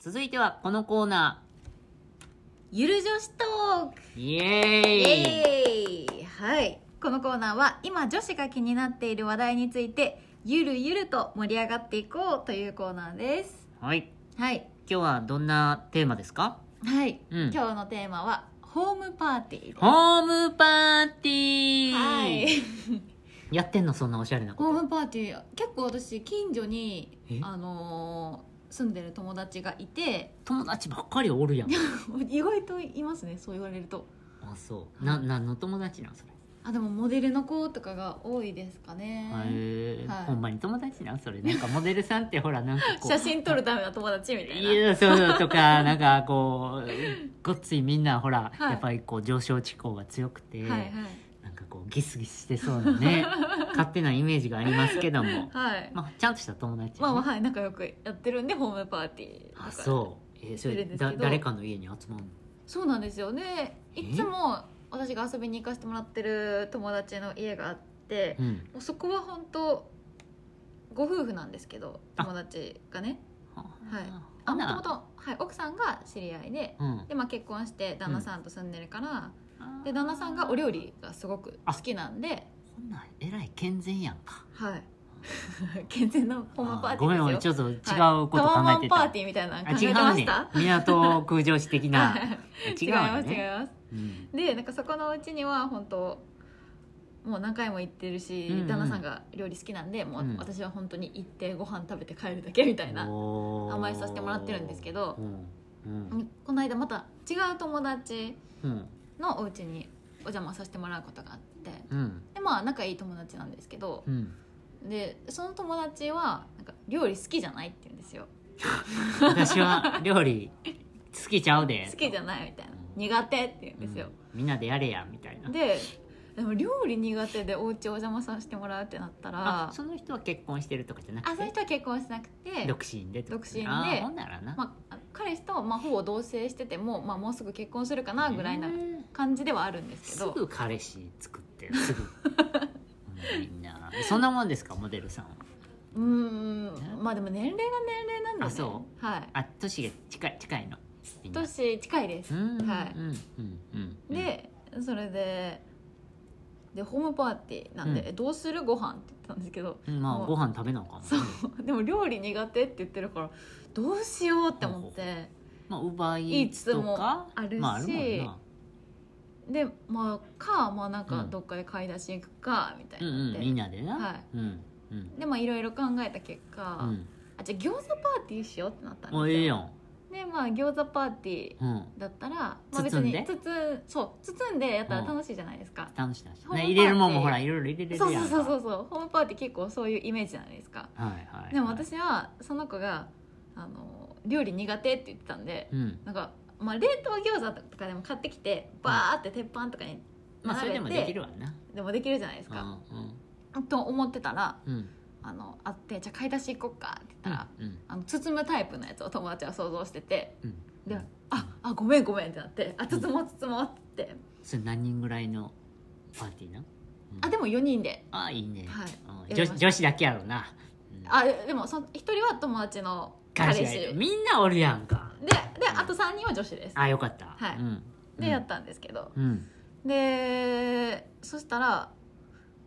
続いてはこのコーナゆる女子トークーイエーイイエーイはいこのコーナーは今女子が気になっている話題についてゆるゆると盛り上がっていこうというコーナーですはいはい今日はどんなテーマですかはい、うん今日のテーマはホームパーティーですホームパーティー、 はい、やってんのそんなおしゃれなこホーとムパーティー結構私近所にえあのー住んでる友達がいて 友達ばっかりおるやん意外といますねそう言われるとあそうな何の友達なんそれあでもモデルの子とかが多いですかね、へえはいほんまに友達なんそれなんかモデルさんってほらなんかこう写真撮るための友達みたいいなやそうそうとかなんかこうごっついみんなほら、はいやっぱりこう上昇志向が強くて、はいなんかこうギスギスしてそうな ね勝手なイメージがありますけども、はいはいまあ、ちゃんとした友達、ねまあまあはい仲良くやってるんでホームパーティーとかあそう、えーそすれるんですけどだ誰かの家に集まるのそうなんですよねいつも私が遊びに行かせてもらってる友達の家があってうんもうそこは本当ご夫婦なんですけど友達がねいあほもなともと、はい、奥さんが知り合いでうんで、まあ、結婚して旦那さんと住んでるから、あで旦那さんがお料理がすごく好きなんで、ほんなえらい健全やんかはい 健全なホームパーティーですよあごめん俺ちょっと違うこと考えてタワた、マンパーティーみたいあなの考え違てうまねした、港空城市的なはい 違違いうよます違いねますうんでなんかそこのうちには本当もう何回も行ってるし、うんうん旦那さんが料理好きなんでもううん私は本当に行ってご飯食べて帰るだけみたいな、おー甘えさせてもらってるんですけどうんうんこの間また違う友達うんのお家にお邪魔させてもらうことがあってうんでまあ仲いい友達なんですけどうんでその友達はなんか料理好きじゃないって言うんですよ私は料理好きちゃうで好きじゃないみたいな苦手って言うんですよ、うんみんなでやれやみたいなででも料理苦手でお家お邪魔させてもらうってなったらあその人は結婚してるとかじゃなあくそういうて人は結婚しなくて、独身でってこと独身であーほんならなまあ、彼氏と、まあ、ほぼ同棲してても、まあ、もうすぐ結婚するかなぐらいなえー感じではあるんですけすど、ぐ彼氏作ってすぐうんみんなそんなもんですかモデルさんはうーんまあでも年齢が年齢なんで、ね、あそはいあ年が近い近いのみんな年近いです、うんはいうんうんうんうんでそれででホームパーティーなんでう「えどうするご飯って言ったんですけど うんまあもうご飯食べなあかんもんねでも料理苦手って言ってるからどうしようって思ってまあウーバーイーツとかいつもあるしまああるもんなでまあかまあなんかうんどっかで買い出し行くかみたいうんにうなって、んみんなでなはいうんうんでまあいろいろ考えた結果、うんあじゃあ餃子パーティーしようってなったんですもようええやんでまあ餃子パーティーうんだったら、まあ、包んで別に包んそう包んでやったら楽しいじゃないですか、楽しい楽しいホームパーティーね入れるもんもほらいろいろ入れれるそうやんそうかそうそうそうホームパーティー結構そういうイメージじゃないですかはいはいはいでも私はその子があの料理苦手って言ってたんでうんなんか、まあ、冷凍餃子とかでも買ってきてバーって鉄板とかにまあそれでも並べでてきるわなでもできるじゃないですか、と思ってたらうんうんあのあってじゃあ買い出し行こっかってう言ったら、んあの包むタイプのやつを友達は想像しててうんうでん「ああごめんごめん」ってなって「あ包もう包もう」ってそれ何人ぐらいのパーティーなあでもも4人であいいねはいうんや女りまし子た女子だけやろなうんあでもその一人は友達の彼氏彼氏がいるみんなおるやんかでであと3人は女子ですあよかったはいうんでやったんですけど、うんでそしたら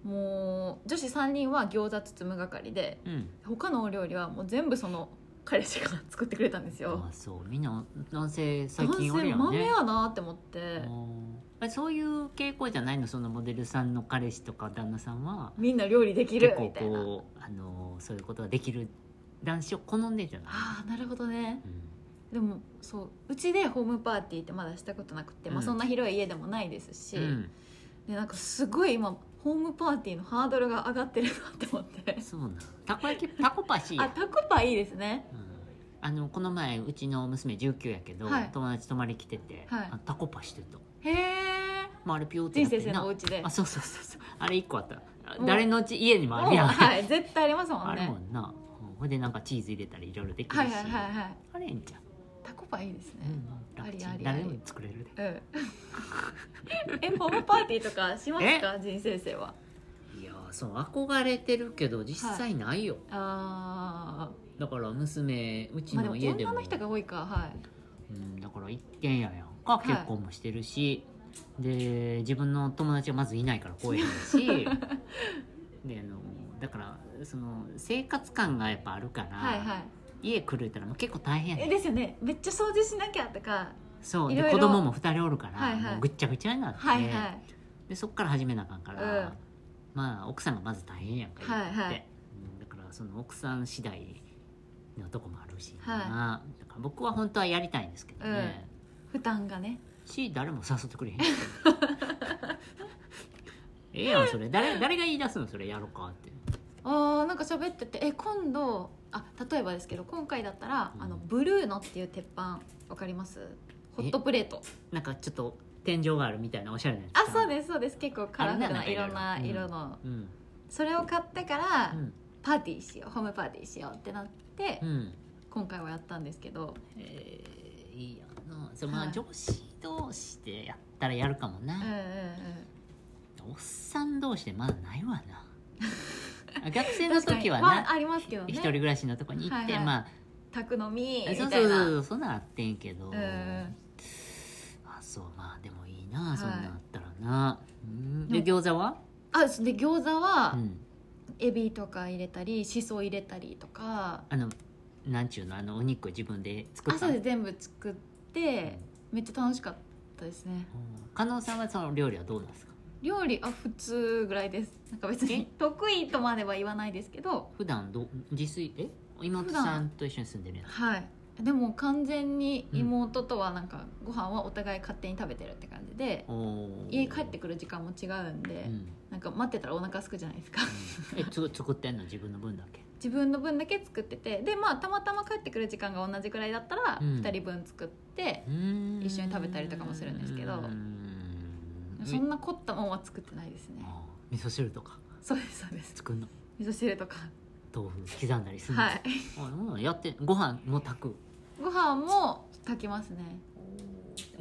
もう女子3人は餃子包む係でうん他のお料理はもう全部その彼氏が作ってくれたんですよあそうみんな男性最男近おる性やん豆ねやなって思ってうんそういう傾向じゃないのそのモデルさんの彼氏とか旦那さんはみんな料理でき結る構みたいなこうあのそういうことができる男子を好んでんじゃない、ああなるほどねうんでもそううちでホームパーティーってまだしたことなくて、まうあ、んそんな広い家でもないですし、うん、でなんかすごい今ホームパーティーのハードルが上がってるなって思ってそうなんたこ焼きたこパシあや、タコパいいですねうん、あのこの前うちの娘19やけど、はい友達泊まり来てて、はいあタコパしてた、へえまあ、あれピューって人やってん生生なのお家であそうそうそうそうあれ1個あったあもう誰のうち家にもあるやん、もうはい絶対ありますもあんるねもんなうんほいでなんかチーズ入れたりいろいろできるし、はいはいはいはいあれええんちゃうタコパいいですねうんあり楽あちんり誰でも作れるでうん えホームパーティーとかしますか人生生はいやーそう憧れてるけど実際ないよ、あーだから娘うちまあでもの家で女も,、の人が多いかはうん、だから一軒家やんかい結婚もしてるし、で自分の友達がまずいないから来えへんし であのだからその生活感がやっぱあるから、いはいは家来るったらもう結構大変やいねえんですよねめっちゃ掃除しなきゃとかそういでろいろ子供も2人おるから、はいはいもうぐっちゃぐちゃになって、はいはいでそっから始めなあかんから、うんまあ奥さんがまず大変やんかはいはい言うてうんだからその奥さん次第のとこもあるしな、だから僕は本当はやりたいんですけどね、負担がねし誰も誘ってくれへん ええやんそれ誰誰が言い出すのそれやろうかってあーなんか喋っててえ今度あ例えばですけど今回だったら、うんあのブルーノっていう鉄板わかりますホットプレートなんかちょっと天井があるみたいなおしゃれなやつあそうすですそうです結構カラフルあなれねいろなんなんかいろいろ色の、うんそれを買ってから、うんパーティーしようホームパーティーしようってなって、うん今回はやったんですけどえーいいやなそうまはあい女子同士でやったらやるかもうんうんな、うんおっさん同士でまだないわな あ学生の確かに時はまあなありますけどね一人暮らしのとこに行って、はいはいま宅飲みあみたそうそいうそうなそうそんなんあってんけど、うんうんあそうまあでもいいなそんなんあったらな、うんでで餃子は、あそうで餃子は、うん、エビとか入れたりしそ入れたりとかあのなんちゅうのあのお肉を自分で作った朝で全部作ってめっちゃ楽しかったですねうん加納さんはその料理はどうなんですか料理あ普通ぐらいですなんか別に得意とまでは言わないですけど普段どう自炊え妹普段さんと一緒に住んでるやんはいでも完全に妹とはなんかご飯はお互い勝手に食べてるって感じでおー家帰ってくる時間も違うんで、うんなんか待ってたらお腹空くじゃな いですかえつ作ってんの自分の分だけ自分の分だけ作っててでまあたまたま帰ってくる時間が同じくらいだったらうん2人分作って、一一緒に食べたりとかもするんですけどそんな凝ったもんは作ってないですね味噌汁とかそうですそうです作るの味噌汁とか豆腐刻んだりするの、はいあうんやってご飯も炊くご飯も炊きますね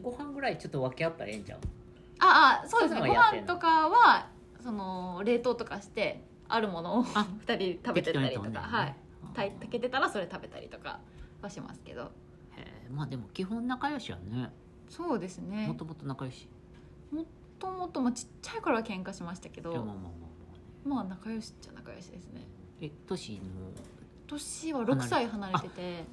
ご飯ぐらいちょっと分け合ったらええんちゃうああそうですねそうごいうのやって飯んのとかはその冷凍とかしてあるものを あ2人食べてたりとか、はい炊いた炊けてたらそれ食べたりとかはしますけどまあでも基本仲良しやねそうですねももともと仲良しともともちっちゃい頃は喧嘩しましたけいやまあまどあまあままあ仲良しっちゃ仲良しですねあえ年の年は6歳離れてて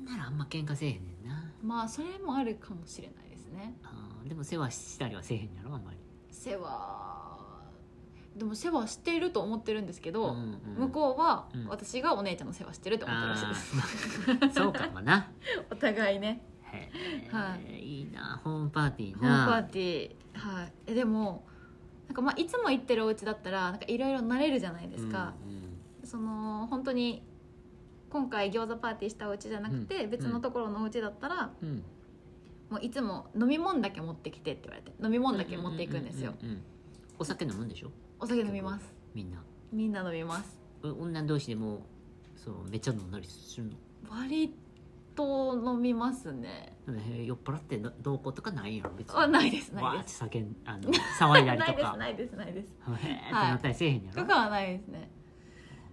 ほんならあんま喧嘩せえへんねんなまあそれもあるかもしれないですねあーでも世話したりはせえへんやろあんまり世話でも世話していると思ってるんですけど、ん向こうはうん私がお姉ちゃんの世話してると思ってるらしいです、あー そうかもな お互いねへはえいいなホームパーティーホームパーなティーはいえでもなんかまあいつも行ってるお家だったらなんかいろいろ慣れるじゃないですか、うんうんその本当に今回餃子パーティーしたお家じゃなくて、うん別のところのお家だったら、うんもういつも飲み物だけ持ってきてって言われて飲み物だけ持っていくんですよ、うううんうんお酒飲むんでしょお酒飲みますみんなみんな飲みますえ女同士でもそうめっちゃ飲んだりするの割と飲みますねえー酔っ払ってのどうこうとかないやろ別あないですなわいーでっすて叫んあ の騒いだりなといですか ないですないですへーってなったりせえへんやろとかはないですね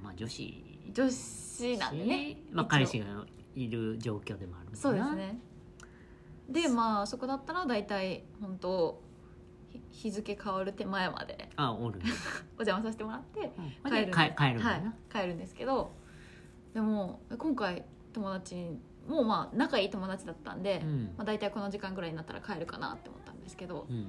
まあ女子女子なんでねまあ一応彼氏がいる状況でもあるもんなそうですねでまあそこだったら大体本当ひ日付変わる手前まであおるねお邪魔させてもらってうんで帰るんですか帰るもんな、はい、帰るんですけどでも今回友達もうまあ仲いい友達だったんで、うんまあ、大体この時間ぐらいになったら帰るかなって思ったんですけどうん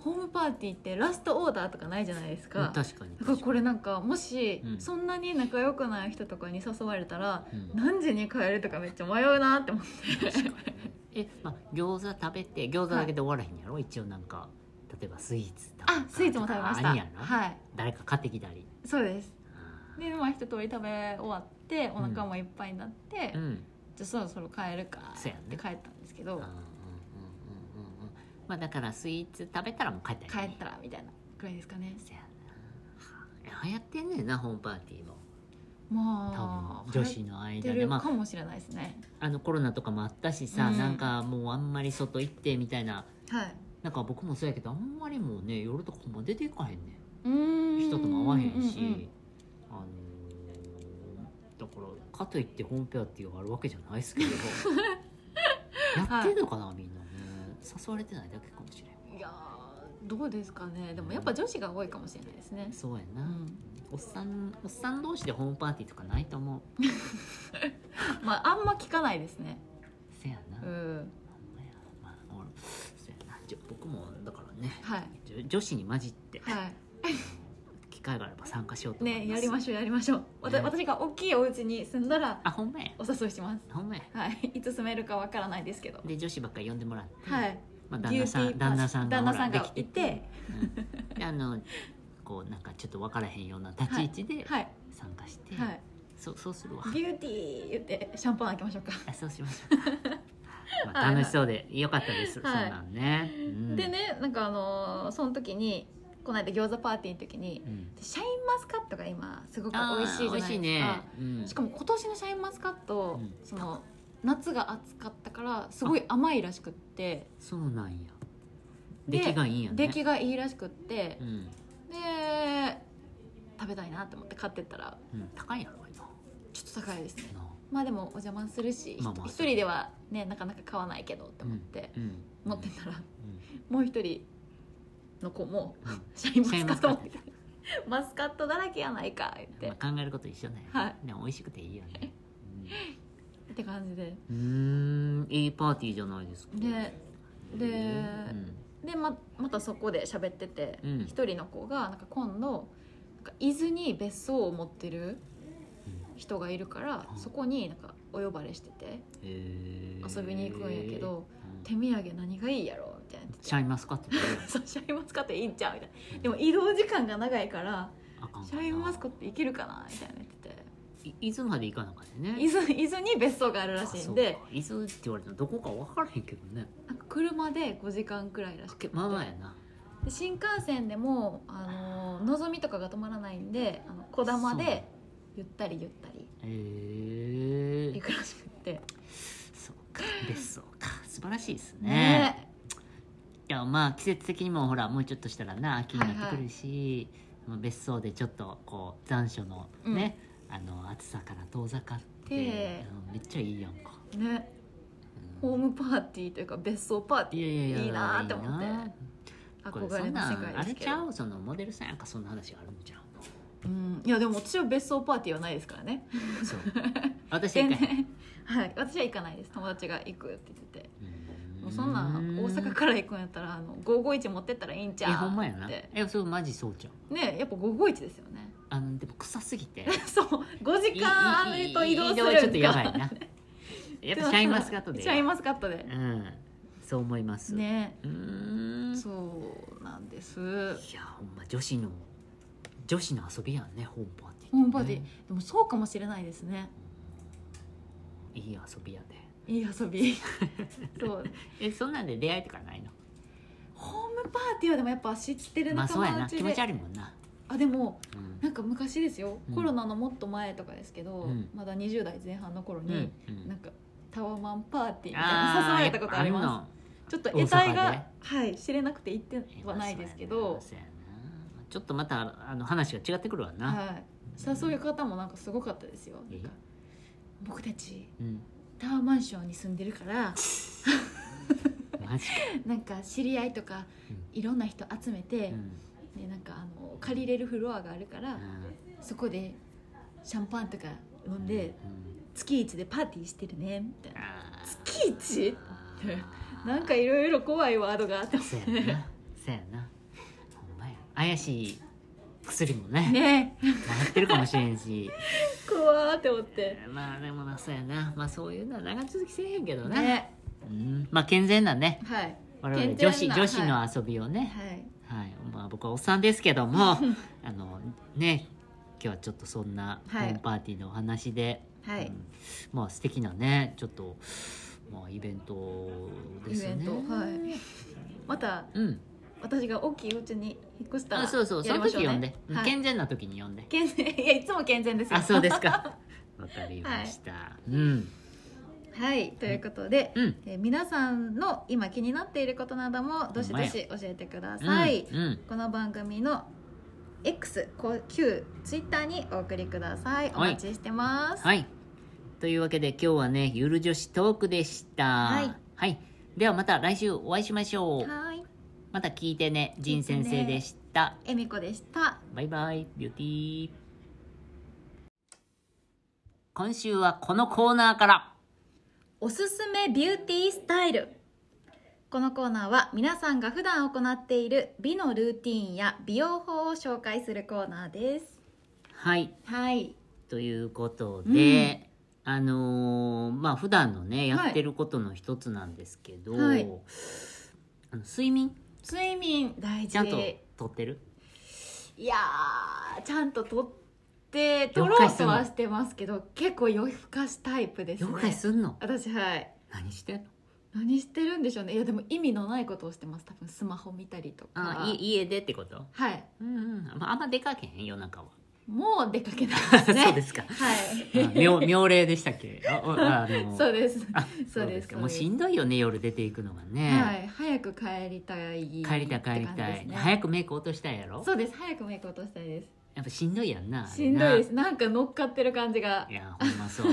ホームパーティーってラストオーダーとかないじゃないですうんか。確かにだからこれなんかもしうんそんなに仲良くない人とかに誘われたらうん何時に帰るとかめっちゃ迷うなって思ってえ、まあ、餃子食べて餃子だけで終わらへんやろ、一応なんか例えばスイーツ食べたりあとかスイーツも食べましたあんやろ、はい誰か買ってきたりそうですあでまあ一通り食べ終わってお腹もいっぱいになって、ーうじんゃあそろそろ帰るかっそうてやね帰ったんですけうど、んうんうんうんうんうんまあだからスイーツ食べたらもう帰ったり、ね、帰ったらみたいなぐらいですかねせやな流行ってんねんなホームパーティーもま多あ分女子の入って間でるまかあもしれないですね、あのコロナとかもあったしさ、うんなんかもうあんまり外行ってみたいなはいなんか僕もそうやけどあんまりもうね夜とかも出ていかへんねんうーん人とも会わへんううし、あのーだだからかといって本ペアっていうのがあるわけじゃないです けどやってんのかな、みんなね誘われてないだけかもしれんいやーどうですかねでもやっぱ女子が多いかもしれないですねそうやな、うんおっさんおっさん同士でホームパーティーとかないと思うまああんま聞かないですねせやな、うほんんまやまあ俺せやなじゃ僕もだからねはいじょ女子に混じって、は機会があれば参加しようとい思いますねやりましょうやりましょう、わたね私が大きいお家に住んだらあほんまやお誘いしますほんまやはいいつ住めるかわからないですけどで女子ばっかり呼んでもらって、はいまあ、旦那さビューんティーパ旦ー那さんがほ旦那らさんでがきていてうんであのこうなんかちょっと分からへんような立ち位置ではい参加して、はいそうそうするわビューティー言ってシャンパン開けましょうか、あそうしましょうかまあ楽しそうでよかったです、はいそうなんね、うんで、ねなんかあのーその時にこの間餃子パーティーの時にうん、シャインマスカットが今すごく美あー味しいじゃないですか美味しいね、うんしかも今年のシャインマスカット、うんその夏が暑かったからすごい甘いらしくってそうなんやで出来がいいんやね出来がいいらしくってう、ん、で食べたいなと思って買ってったらうん、高いやろ今ちょっと高いですねなあまあでもお邪魔するし、まあまあ一人ではねなかなか買わないけどって思ってう、ん、持ってったら、うんもう一人の子もうん シャインマスカット持っシャインマスカットててマスカットだらけやないかっまて、あ、考えること一緒ね、はでも美味しくていいよね、って感じでうん、うーんいいパーティーじゃないですかででうんでままたそこで喋っててうん一、人の子がなんか今度なんか伊豆に別荘を持ってる人がいるから、うんそこになんかお呼ばれしててへー遊びに行くんやけど、うん手土産何がいいやろみたいなシャインマスカットだよそうシャインマスカットいいんちゃうみたいな でも移動時間が長いからあかんかなシャインマスカットいけるかなみたいな言っててい伊豆まで行かなあかったね伊豆伊豆に別荘があるらしいんであそうか伊豆って言われたらどこか分からへんけどねなんか車で5時間くらいらしくてまあまあやなで新幹線でもあののぞみとかが止まらないんであのこだまでゆったりゆったりへえ行くらしくってそうか別荘か素晴らしいですねねいやまあ季節的にもほらもうちょっとしたらな秋になってくるし、まあ別荘でちょっとこう残暑のね、あの暑さから遠ざかって、でうんめっちゃいいやんか、ねうんホームパーティーというか別荘パーティいやいやいやーいいなーって思いっいなてこれ憧それんのな世んあ界でれすけちゃどうそのモデルさんやんかそんな話あるんちゃううんいやでも私は別荘パーティーはないですからね そう私全一回然はい私は行かないです友達が行くって言っててうもうそんなん大阪から行くんやったらあの551持ってったらいいんちいゃうやほんまやなってえそれマジそうちゃうねやっぱ551ですよねあのでも臭すぎてそう5時間あいいいいと移動するはちょっとやばいなやっぱシャインマスカットでシャインマスカットでうんそう思いますねうーんそうなんですいやほんま女子の女子の遊びやんねホームパーティーってホームパーティーねでもそうかもしれないですねいい遊びやでいい遊びそうえそんなんで出会いとかないのホームパーティーはでもやっぱ知ってるまあ仲そうや間な内気持ちで悪いもんなあでもうんなんか昔ですよ、うんコロナのもっと前とかですけど、うんまだ20代前半の頃うんに、うんなんかタワマンパーティーみたいあなー誘われたことありやっまぱんのすちょっと得体大阪が、はい、知れなくて行ってはないですけど、そうやなちょっとまたあの話が違ってくるわな、はい、誘い方もなんかすごかったですよえなんか僕たちうん、タワーマンションに住んで るからマジか、なんか知り合いとかいろんな人集めうて、んね、なんかあの借りれるフロアがあるから、そこでシャンパンとか飲うんんで、うん月一でパーティーしてるねみたいなあー月一あーなんかいろいろ怖いワードがあってそうやなそうやなほんまや怪しい薬もね ねえ流行ってるかもしれんし怖ーって思って まあでもなそうやなまあそういうのは長続きせえへんけどな、ねうん、まあ健全なねはい我々健女全子な女子の遊びをね、はいはい、まあ僕はおっさんですけども あのね今日はちょっとそんなホはーいムパーティーのお話で、はい、うんまあ素敵なねちょっと、まあ、イベントですねイベントはいまたうん私が大きいうちに引っ越したらあそうそう、やそりのましょ時うね呼んで、うんはい健全な時に呼んで健全いやいつも健全ですよあそうです かわかりました、うんはいということで、うんえー皆さんの今気になっていることなどもどしどし教えてくだうんさい、うんこの番組の X こ Q ツイッターにお送りくださいお待ちしてますはい、はい。というわけで今日はね、ゆる女子トークでした。はい。ではまた来週お会いしましょう。また聞いてね、仁聞いてね先生でした。えみこでしたバイバイ、ビューティー。今週はこのコーナーから。おすすめビューティースタイルこのコーナーは皆さんが普段行っている美のルーティンや美容法を紹介するコーナーですはい。はいということで、あのーまあ普段のね、はいやってることの一つなんですけど、はいあの睡眠睡眠大事ちゃんととってる、いやーちゃんととって取ろうとはしてますけど結構夜更かしタイプですね了解すんの私はい何してんの何してるんでしょうねいやでも意味のないことをしてます多分スマホ見たりとかあい家でってことはいうんうん、まあ、あんま出かけへん夜 中はもう出かけないですね そうですかあはい妙妙齢でしたっけあおあの そうですあそそううですかですそうですもうしんどいよね夜出ていくのがはね、い、早く帰りたい、帰りたい帰りたい、って感じですね早くメイク落としたいやろそうです早くメイク落としたいでやっぱしんどいやんなあれなすしんどいですなんか乗っかってる感じがいやほんまそう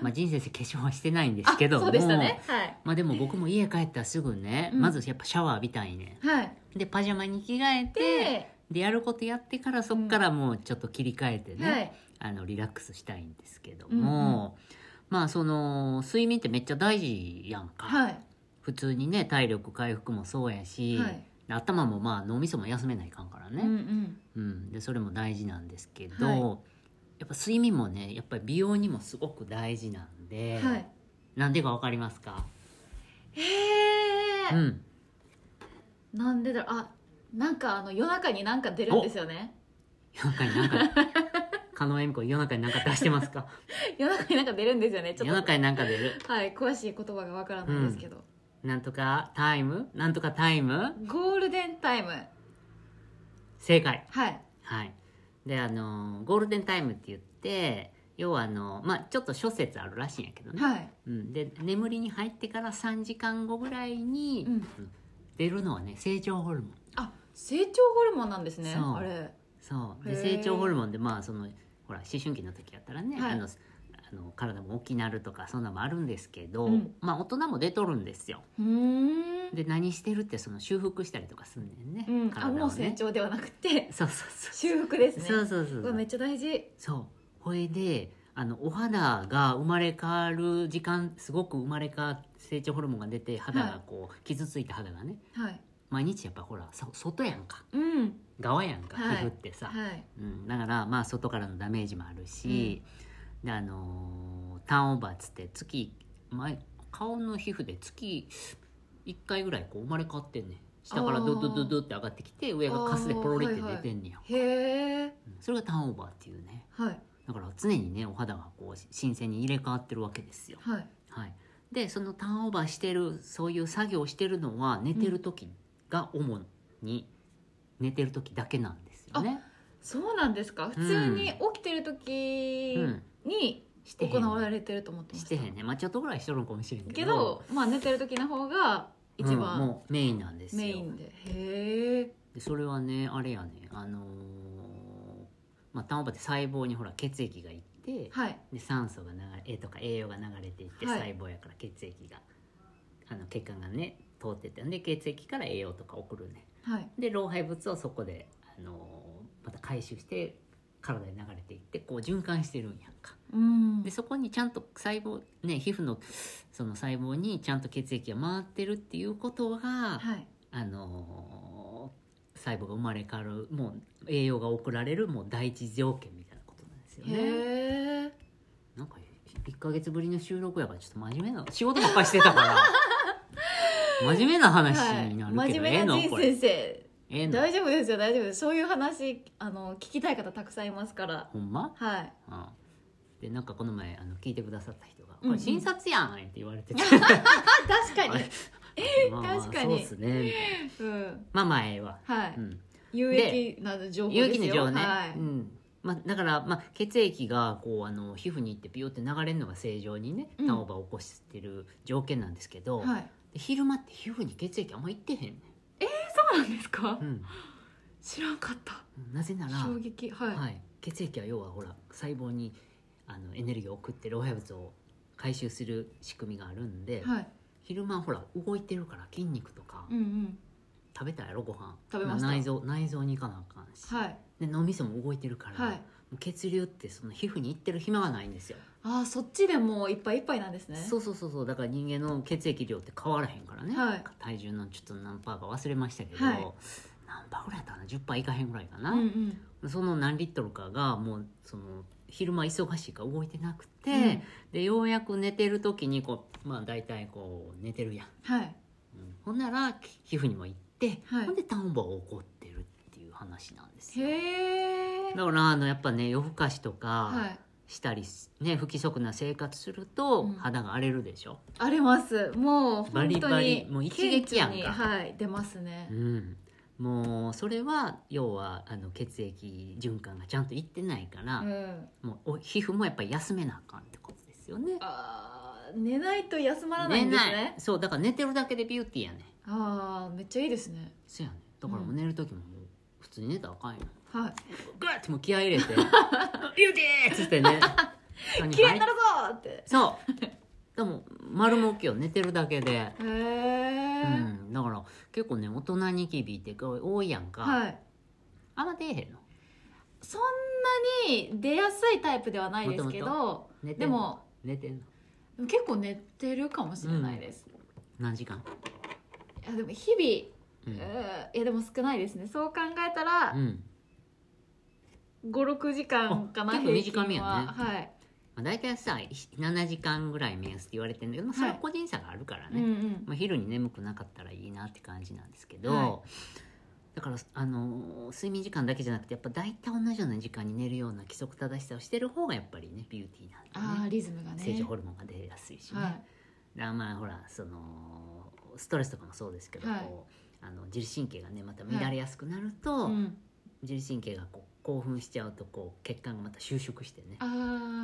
まあ人生で化粧はしてないんですけどあそうでしたもねはいまあでも僕も家帰ったらすぐね、うんまずやっぱシャワー浴びたいねはいでパジャマに着替えてで、でやることやってからそっからもうちょっと切り替えてね、はいあのリラックスしたいんですけども、まあその睡眠ってめっちゃ大事やんか、はい普通にね体力回復もそうやし、はい頭もまあ脳みそも休めないかんからうんうね、んうんでそれも大事なんですけど、はいやっぱ睡眠もねやっぱり美容にもすごく大事なんで、はいなんでかわかりますか、へうえ、ん、なんでだろうあなんかあの夜中になんか出るんです よね夜中になん か加納恵美子夜中になんか出してますか夜中になんか出るんですよねちょ夜っ中になんか出るとはい詳しい言葉がわからないですけど、なんとかタイムなんとかタイムゴールデンタイム正解はいはい、であのゴールデンタイムって言って要はあの、まあ、ちょっと諸説あるらしいんやけどね、はいうん、で眠りに入ってから3時間後ぐらいに、うん出るのはね成長ホルモンあ成長ホルモンなんですねそうあれそうへでー成長ホルモンでまあそのほら思春期の時やったらね、はいあのあの体も大きなるとかそんなのもあるんですけど、うんまあ大人も出とるんですようーんで何してるってその修復したりとかすんねんね、うん、あ体をねもう成長ではなくてそうそうそう修復ですねそうそうそうわめっちゃ大事そうこれであのお肌が生まれ変わる時間すごく生まれ変わって成長ホルモンが出て肌がこう、傷ついた肌がねはい毎日やっぱほらそ外やんかうん側やんか、はい皮膚ってさ、はいうん、だからまあ外からのダメージもあるし、であのーターンオーバーっつって月前顔の皮膚で月1回ぐらいこう生まれ変わってんねん下からドドドドって上がってきて上がカスでポロリって出てんねや、へえうんそれがターンオーバーっていうねはいだから常にねお肌がこう新鮮に入れ替わってるわけですよ。はいはい、でそのターンオーバーしてるそういう作業をしてるのは寝てる時が主に寝てる時だけなんですよね。そうなんですか普通に起きてる時うん、にしてへん行われてると思ってまししてたへんね、まあ、ちょっとぐらいしとるのかもしれんけけどどまあ寝てる時の方がうん一番もうメインなんですよ。メインでへえでそれはねあれやね、あのーまあ、ターンオーバーって細胞にほら血液がいって、はいで酸素が流れえとか栄養が流れていってはい細胞やから血液が、あの血管がね通ってってんで血液から栄養とか送るねはいで老廃物をそこで、あのーまた回収して体に流れていってこう循環してるんやんかうんでそこにちゃんと細胞ね皮膚のその細胞にちゃんと血液が回ってるっていうことが、はいあのー細胞が生まれ変わるもう栄養が送られるもう第一条件みたいなことなんですよね。へえなんか1ヶ月ぶりの収録やからちょっと真面目な仕事ばっかりしてた から真面目な話になるはいけど、ええ真面目なの人これ先生ええの大丈夫ですよ大丈夫ですそういう話あの聞きたい方たくさんいますからほんま、はいうん、でなんかこの前あの聞いてくださった人が「うんこれ診察やん!」って言われ ててあ確かあにれ、まあまあ確かにそうっすねみたいなうん、まあまあええわ、はい、うん、有益な情報ですよ有機の情ね、、はいうんまあ、だから、まあ、血液がこうあの皮膚に行ってビューって流れるのが正常にねうんターンオーバーを起こしてる条件なんですけど、はい、で昼間って皮膚に血液あんま行ってへんねんそうなんですかうん知らんかったなぜなら、衝撃はい、はい、血液は要はほら細胞にあのエネルギーを送って老廃物を回収する仕組みがあるんで、はい昼間ほら動いてるから筋肉とかうんうん食べたやろご飯食べました内臓内臓に行かなあかんし、はいで脳みそも動いてるから、はいもう血流ってその皮膚に行ってる暇がないんですよ、ああそっちでもういっぱいいっぱいなんですねそうそうそうそうだから人間の血液量って変わらへんからね、はい体重のちょっと何パーか忘れましたけど、はい何パーぐらいやったかな10パーいかへんぐらいかな、うんうんその何リットルかがもうその昼間忙しいから動いてなくて、うんでようやく寝てる時にこうまあ大体こう寝てるやん、はいうんほんならき皮膚にも行って、はいほんでターンオーバーを起こってるっていう話なんですよへえだからあのやっぱね夜更かしとはかいしたりし、ね不規則な生活するとうん肌が荒れるでしょ、ありますもうバ本リ当バリにもう一撃やんか顕著にはい出ますねう、ん、もうそれは要はあの血液循環がちゃんといってないかうら、ん、もうお皮膚もやっぱり休めなあかんってことですよねあー寝ないと休まらないんです寝ねそうだから寝てるだけでビューティーやねああめっちゃいいですねそうやねだからもう寝る時ももう普通に寝たらあかんよはいグッてもう気合い入れて ビューティーっつって ね綺麗になるるぞーってそうでも丸もきよ寝てるだけで、へうえ、ん、だから結構ね大人ニキビって多いやんか、はいあんま出えへんのそんなに出やすいタイプではないですけどもと寝てでんのも寝てんのでも結構寝てるかもしれないです、何時間、いやでも日うん々、うーいやでも少ないですねそう考えたらうん56時間かなあ結構短めやねはい、まあ、大体さ7時間ぐらい目安って言われてるんだけど、まあ、それは個人差があるからうね、んうんまあ、昼に眠くなかったらいいなって感じなんですけど、はだからあのー睡眠時間だけじゃなくてやっぱ大体同じような時間に寝るような規則正しさをしてる方がやっぱりねビューティーなんあであねリズムがね成長ホルモンが出やすいしね、はだからまあほらそのストレスとかもそうですけど、はいこうあの自律神経がねまた乱れやすくなると、い、うん、自律神経がこう興奮しちゃうとこう血管がまた収縮してねあ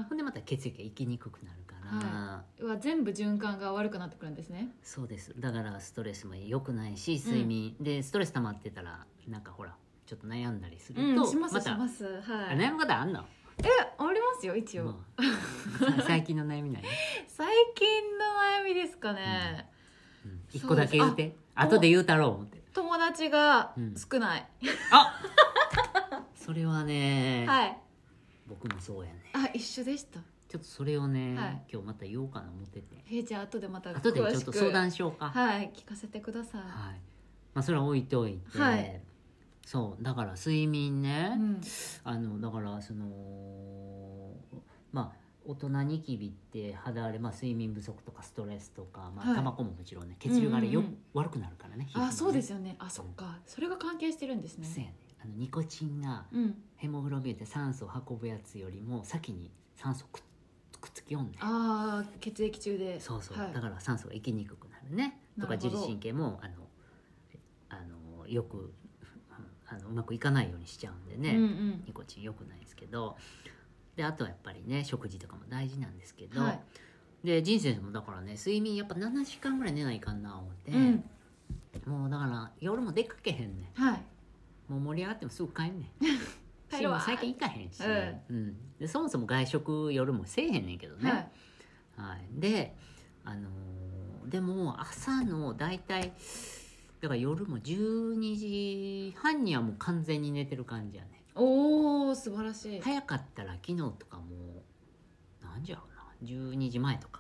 ほんでまた血液が行きにくくなるから。あは全部循環が悪くなってくるんですねそうですだからストレスも良くないし睡眠、でストレス溜まってたらなんかほらちょっと悩んだりすると、しますましたますはあいえ悩むことあんの、ありますよ一応、もう最 近の悩みない、最近の悩みですかね、うん、一個だけ言うて後で言うたろう思って友達がうん少ない、あそれはね、はい僕もそうやねあ一緒でしたちょっとそれをね、はい今日また言おうかな思っててえーじゃあ後でまた詳しく後でちょっと相談しようかはい聞かせてください、はいまあそれは置いといて、はいそうだから睡眠ね、うんあのだからそのまあ大人ニキビって肌荒れ、まあ、睡眠不足とかストレスとか、まはあ、いタバコももちろんね血流があれよ、うんうんうん悪くなるからね皮膚のねあそうですよねあそっかそれが関係してるんですそうねやねあのニコチンがうんヘモグロビンって酸素を運ぶやつよりも先に酸素くっくっつきよんねああ血液中でそうそう、はいだから酸素が生きにくくなるねとかなるほ自ど律神経もあのあのよくあのうまくいかないようにしちゃうんでね、うんうんニコチン良くないですけどであとはやっぱりね食事とかも大事なんですけど、はいで人生もだからね睡眠やっぱ7時間ぐらい寝ないかんな思って、うんもうだから夜も出かけへんねはいんもう盛り上がってもすぐ帰んね ん帰るわし最近行かへんし、うんうんでそもそも外食夜もせえへんねんけどね、はいはい、で、あのーでも朝の大体だから夜も12時半にはもう完全に寝てる感じやねおお素晴らしい早かったら昨日とかもう何時やろうな12時前とか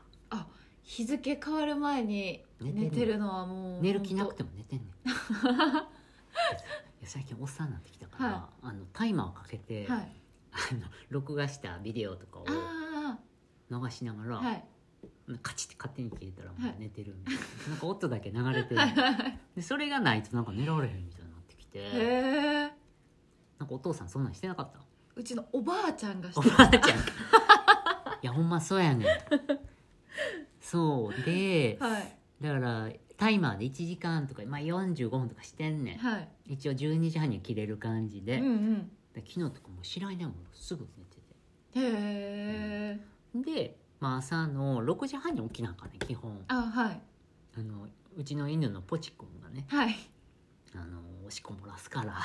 日付変わる前に寝てる寝てるのはもう寝る気なくても寝てんねんいや最近おっさんになってきたから、はあのタイマーをかけて、はいあの録画したビデオとかをあ流しながら、あはいカチッて勝手に消えたらもはいう寝てるみたいな,、なんか音だけ流れてるはいはいはいでそれがないとなんか寝られへんみたいになってきてへえなんかお父さんそんなんしてなかったうちのおばあちゃんがしおてばあちゃん いやほんまそうやねんそうで、はいだからタイマーで1時間とか、まあ、45分とかしてんねんはい一応12時半には切れる感じで,うで、んうん昨日とかもう知らないもんすぐ寝てへえてで、まあ、朝の6時半に起きなんかね基本あはいあのうちの犬のポチ君がねはいあのおしっこ漏らす から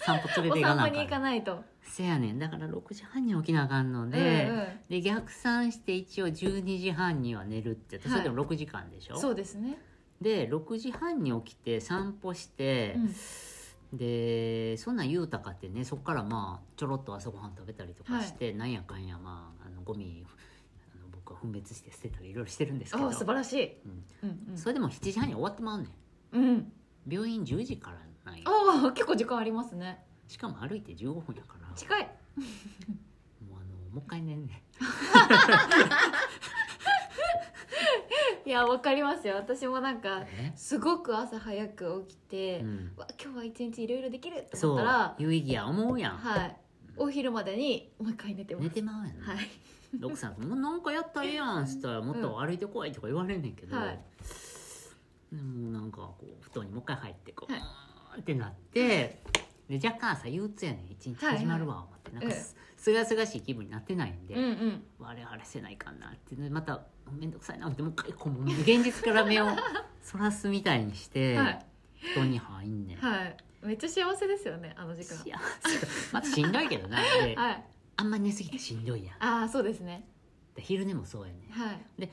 散歩連れおて行か散な歩あに行かかんないと、せやねんだから6時半に起きなあかんので、うんで逆算して一応12時半には寝るって言ってそれでも6時間でしょ、うん、そうですね、で6時半に起きて散歩して、うんでそんなん言うたかってねそこからまあちょろっと朝ごはん食べたりとかして、なんやかんやまああのゴミあの僕は分別して捨てたりいろいろしてるんですけあどあ素晴らしい、うんうんうんそれでも7時半に終わってまうねんうん、病院10時からなんよああ結構時間ありますねしかも歩いて15分やからも近いうあのもう一回寝んねん いやわかりますよ私もなんかねすごく朝早く起きて、うん、わ今日は一日いろいろできるとそ思ったうら有意義や思うやん、はいお昼までにもう一回寝てます寝てまうやん、はいで奥さんが「もうなんかやったらええやん」っつったら「もっと歩いてこい」とか言われんねんけど、はいでもうなんかこう布団にもう一回入ってこう、はいうーんってなってで若干さ憂鬱やねん一日始まるわ思って、いなんかすすがすがしい気分になってないんで、うんうん我々せないかんなってねまた面倒くさいなってもう一回こうもう現実から 目をそらすみたいにして、はい布団に入んねん。はいめっちゃ幸せですよねあの時間幸せまずしんどいけどなで、はいあんま寝すぎてしんどいやんああそうですねで昼寝もそうやねんはい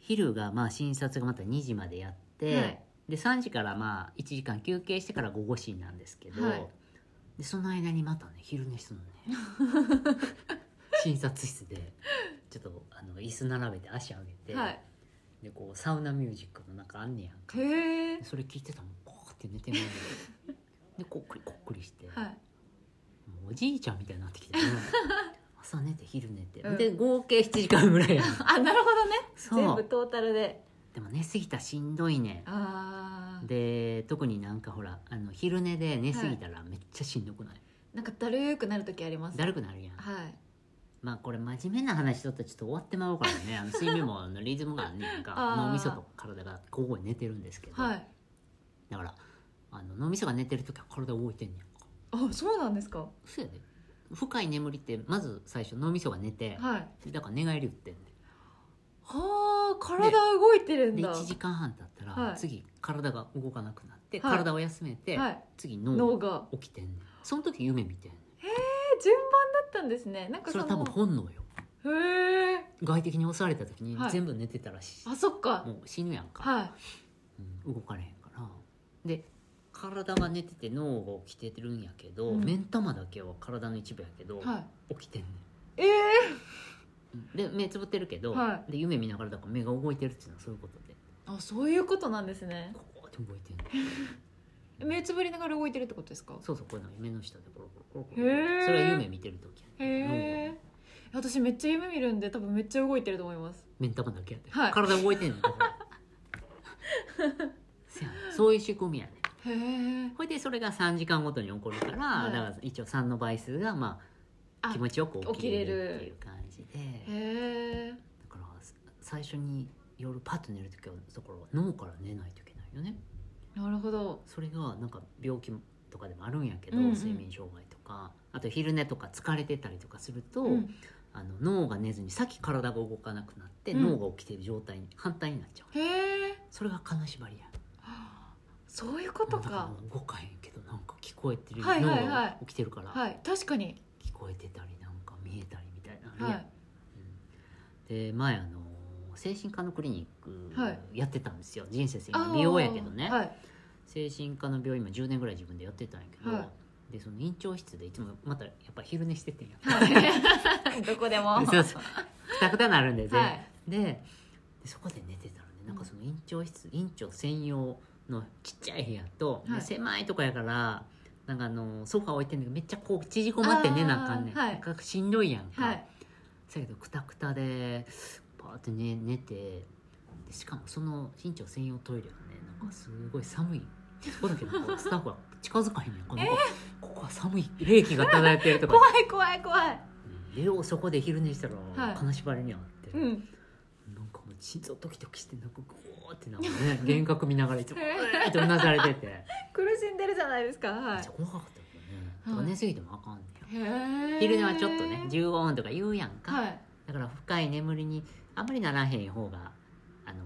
昼がまあ診察がまた2時までやって、はいで3時からまあ1時間休憩してから午後診なんですけど、はいでその間にまたね昼寝するのね 診察室でちょっとあの椅子並べて足上げて、はいでこうサウナミュージックのなんかあんねやんかへえでそれ聞いてたらもうこーって寝てるのよでこっくりこっくりして、はい もうおじいちゃんみたいになってきて、ね、朝寝て昼寝て、うんで合計7時間ぐらいやんあなるほどねそう全部トータルででも寝すぎたらしんどいねんああで特になんかほらあの昼寝で寝すぎたらめっちゃしんどくない、なんかだるーくなる時ありますだるくなるやん、はいまあこれ真面目な話だったらちょっと終わってまうからねあの 睡眠もあのリズムがあんねんかあー脳みそと体が交互に寝てるんですけど、はいだからあの脳みそが寝てる時は体動いてんねんかあそうなんですかそうやで深い眠りってまず最初脳みそが寝て、はいだから寝返り打ってんねはあ体動いてるんんでだ1時間半経ったら、はい次体が動かなくなって、はい体を休めて、はい次脳脳がが起きてんねんその時夢見てんねんえ順番だったんですねなんかそれそのは多分本能よへえ外敵に襲われた時にはい全部寝てたらし、あそっかもう死ぬやんか、はうん動かれへんからで体が寝てて脳が起きてるんやけど、うん目ん玉だけは体の一部やけど、いはい起きてんねええんで目つぶってるけど、はで夢見ながらだから目が動いてるっていうのはそういうことであそういうことなんですねこうやって動いてんねん目つぶりながら動いてるってことですかそうそうこういうの夢の下でコロコロコロコへローそれは夢見てる時やねん脳へがえ私めっちゃ夢見るんで多分めっちゃ動いてると思います目ん玉だけやで、はい体動いてんねんだから せやねんそういう仕組みやねんへえほいでそれが3時間ごとに起こるから、はいだから一応3の倍数がまああ気持ちよく起きれる起きれるっていう感じでへえだから最初に夜パッと寝る時はだから脳から寝ないといけないよねなるほどそれがなんか病気とかでもあるんやけど、うんうん睡眠障害とかあと昼寝とか疲れてたりとかすると、うんあの脳が寝ずにさっき体が動かなくなって、うん脳が起きてる状態に反対になっちゃうへえそれが金縛りやそういうことだらかもう動かへんけどなんか聞こえてる、はいはいはい脳が起きてるから、はい確かに聞こえてたりなんか見えたりみたいなのあるはやんいうんで前あの精神科のクリニックはいやってたんですよ、人生先あー美容やけどね、はい精神科の病院も10年ぐらい自分でやってたんやけど、はでその院長室でいつもまたやっぱ昼寝して てんやはい どこで もそうそうくたくたなるんで、全部はいででそこで寝てたのねなんかその院長室院長専用のちっちゃい部屋と、ではい狭いとこやからなんかあのソファー置いてんだけどめっちゃこう縮こまって寝なあかんねん、あーはいなんかしんどいやんか、はいせやけどくたくたでパーって寝寝てでしかもその身長専用トイレがねなんかすごい寒いそこだけ なんかスタッフが近づかへんねんこの、ここは寒い冷気が漂ってるとか怖い怖い怖いでようそこで昼寝したらはい金縛りにあって、うんなんかもう心臓ドキドキしてなんかグーってなんか ね幻覚見ながらいつもええーってうなされててめ苦しんでるじゃないですかはっいちゃ怖かったけどね、はいだから寝すぎてもあかんねんへえ昼寝はちょっとね15分とか言うやんか、はいだから深い眠りにあんまりならへん方があの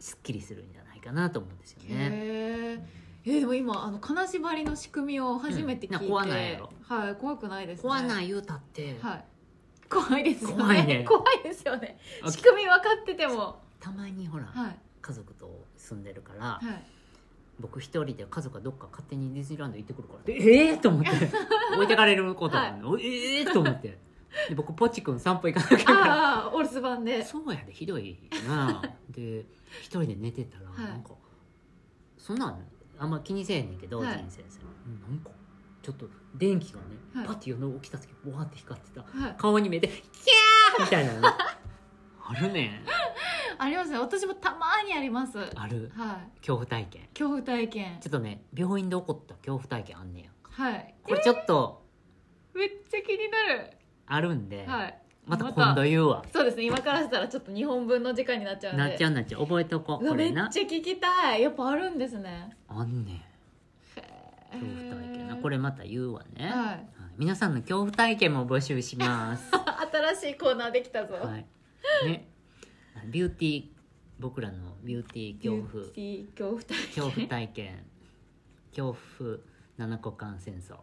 すっきりするんじゃないかなと思うんですよね。へええーでも今あの金縛りの仕組みを初めて聞いて、うん怖ないやろはい怖くないです、ね、怖ないい言うたって、はい怖いですよね怖いね 怖いですよねあ仕組み分かっててもたまにほら、はい家族と住んでるから、はい僕一人で家族がどっか勝手にディズニーランド行ってくるからでええー、と 思って置いてかれることがあるの、ええー、と思ってで僕ポチ君散歩行かなきゃいけないからああお留守番でそうやでひどい なで一人で寝てたらはいなんか、そんなんあんま気にせえへんねんけど、はい人生先生なんかちょっと電気がね、はいパッて夜起きた時ボワって光ってたはい顔に目で「キャー!」みたいな のあるねありますね私もたまにありますはいある恐怖体験恐怖体験ちょっとね病院で起こった恐怖体験あんねやはいこれちょっとめっちゃ気になあるんで、るはいまたまた今度言うわ、そうですね今からしたらちょっと2本分の時間になっちゃうんでなっちゃうなっちゃう覚えておこううこわめれっちゃな聞きたいやっぱあるんですねあんねん恐怖体験なこれれまた言うわね、 はいはい、皆さんの恐怖体験も募集し ます。新しいコーナーできたぞ、はい。ね。ビューティー、僕らのビューティー恐怖ビュー、ティー恐恐怖体験怖体験、恐怖七個間戦 争。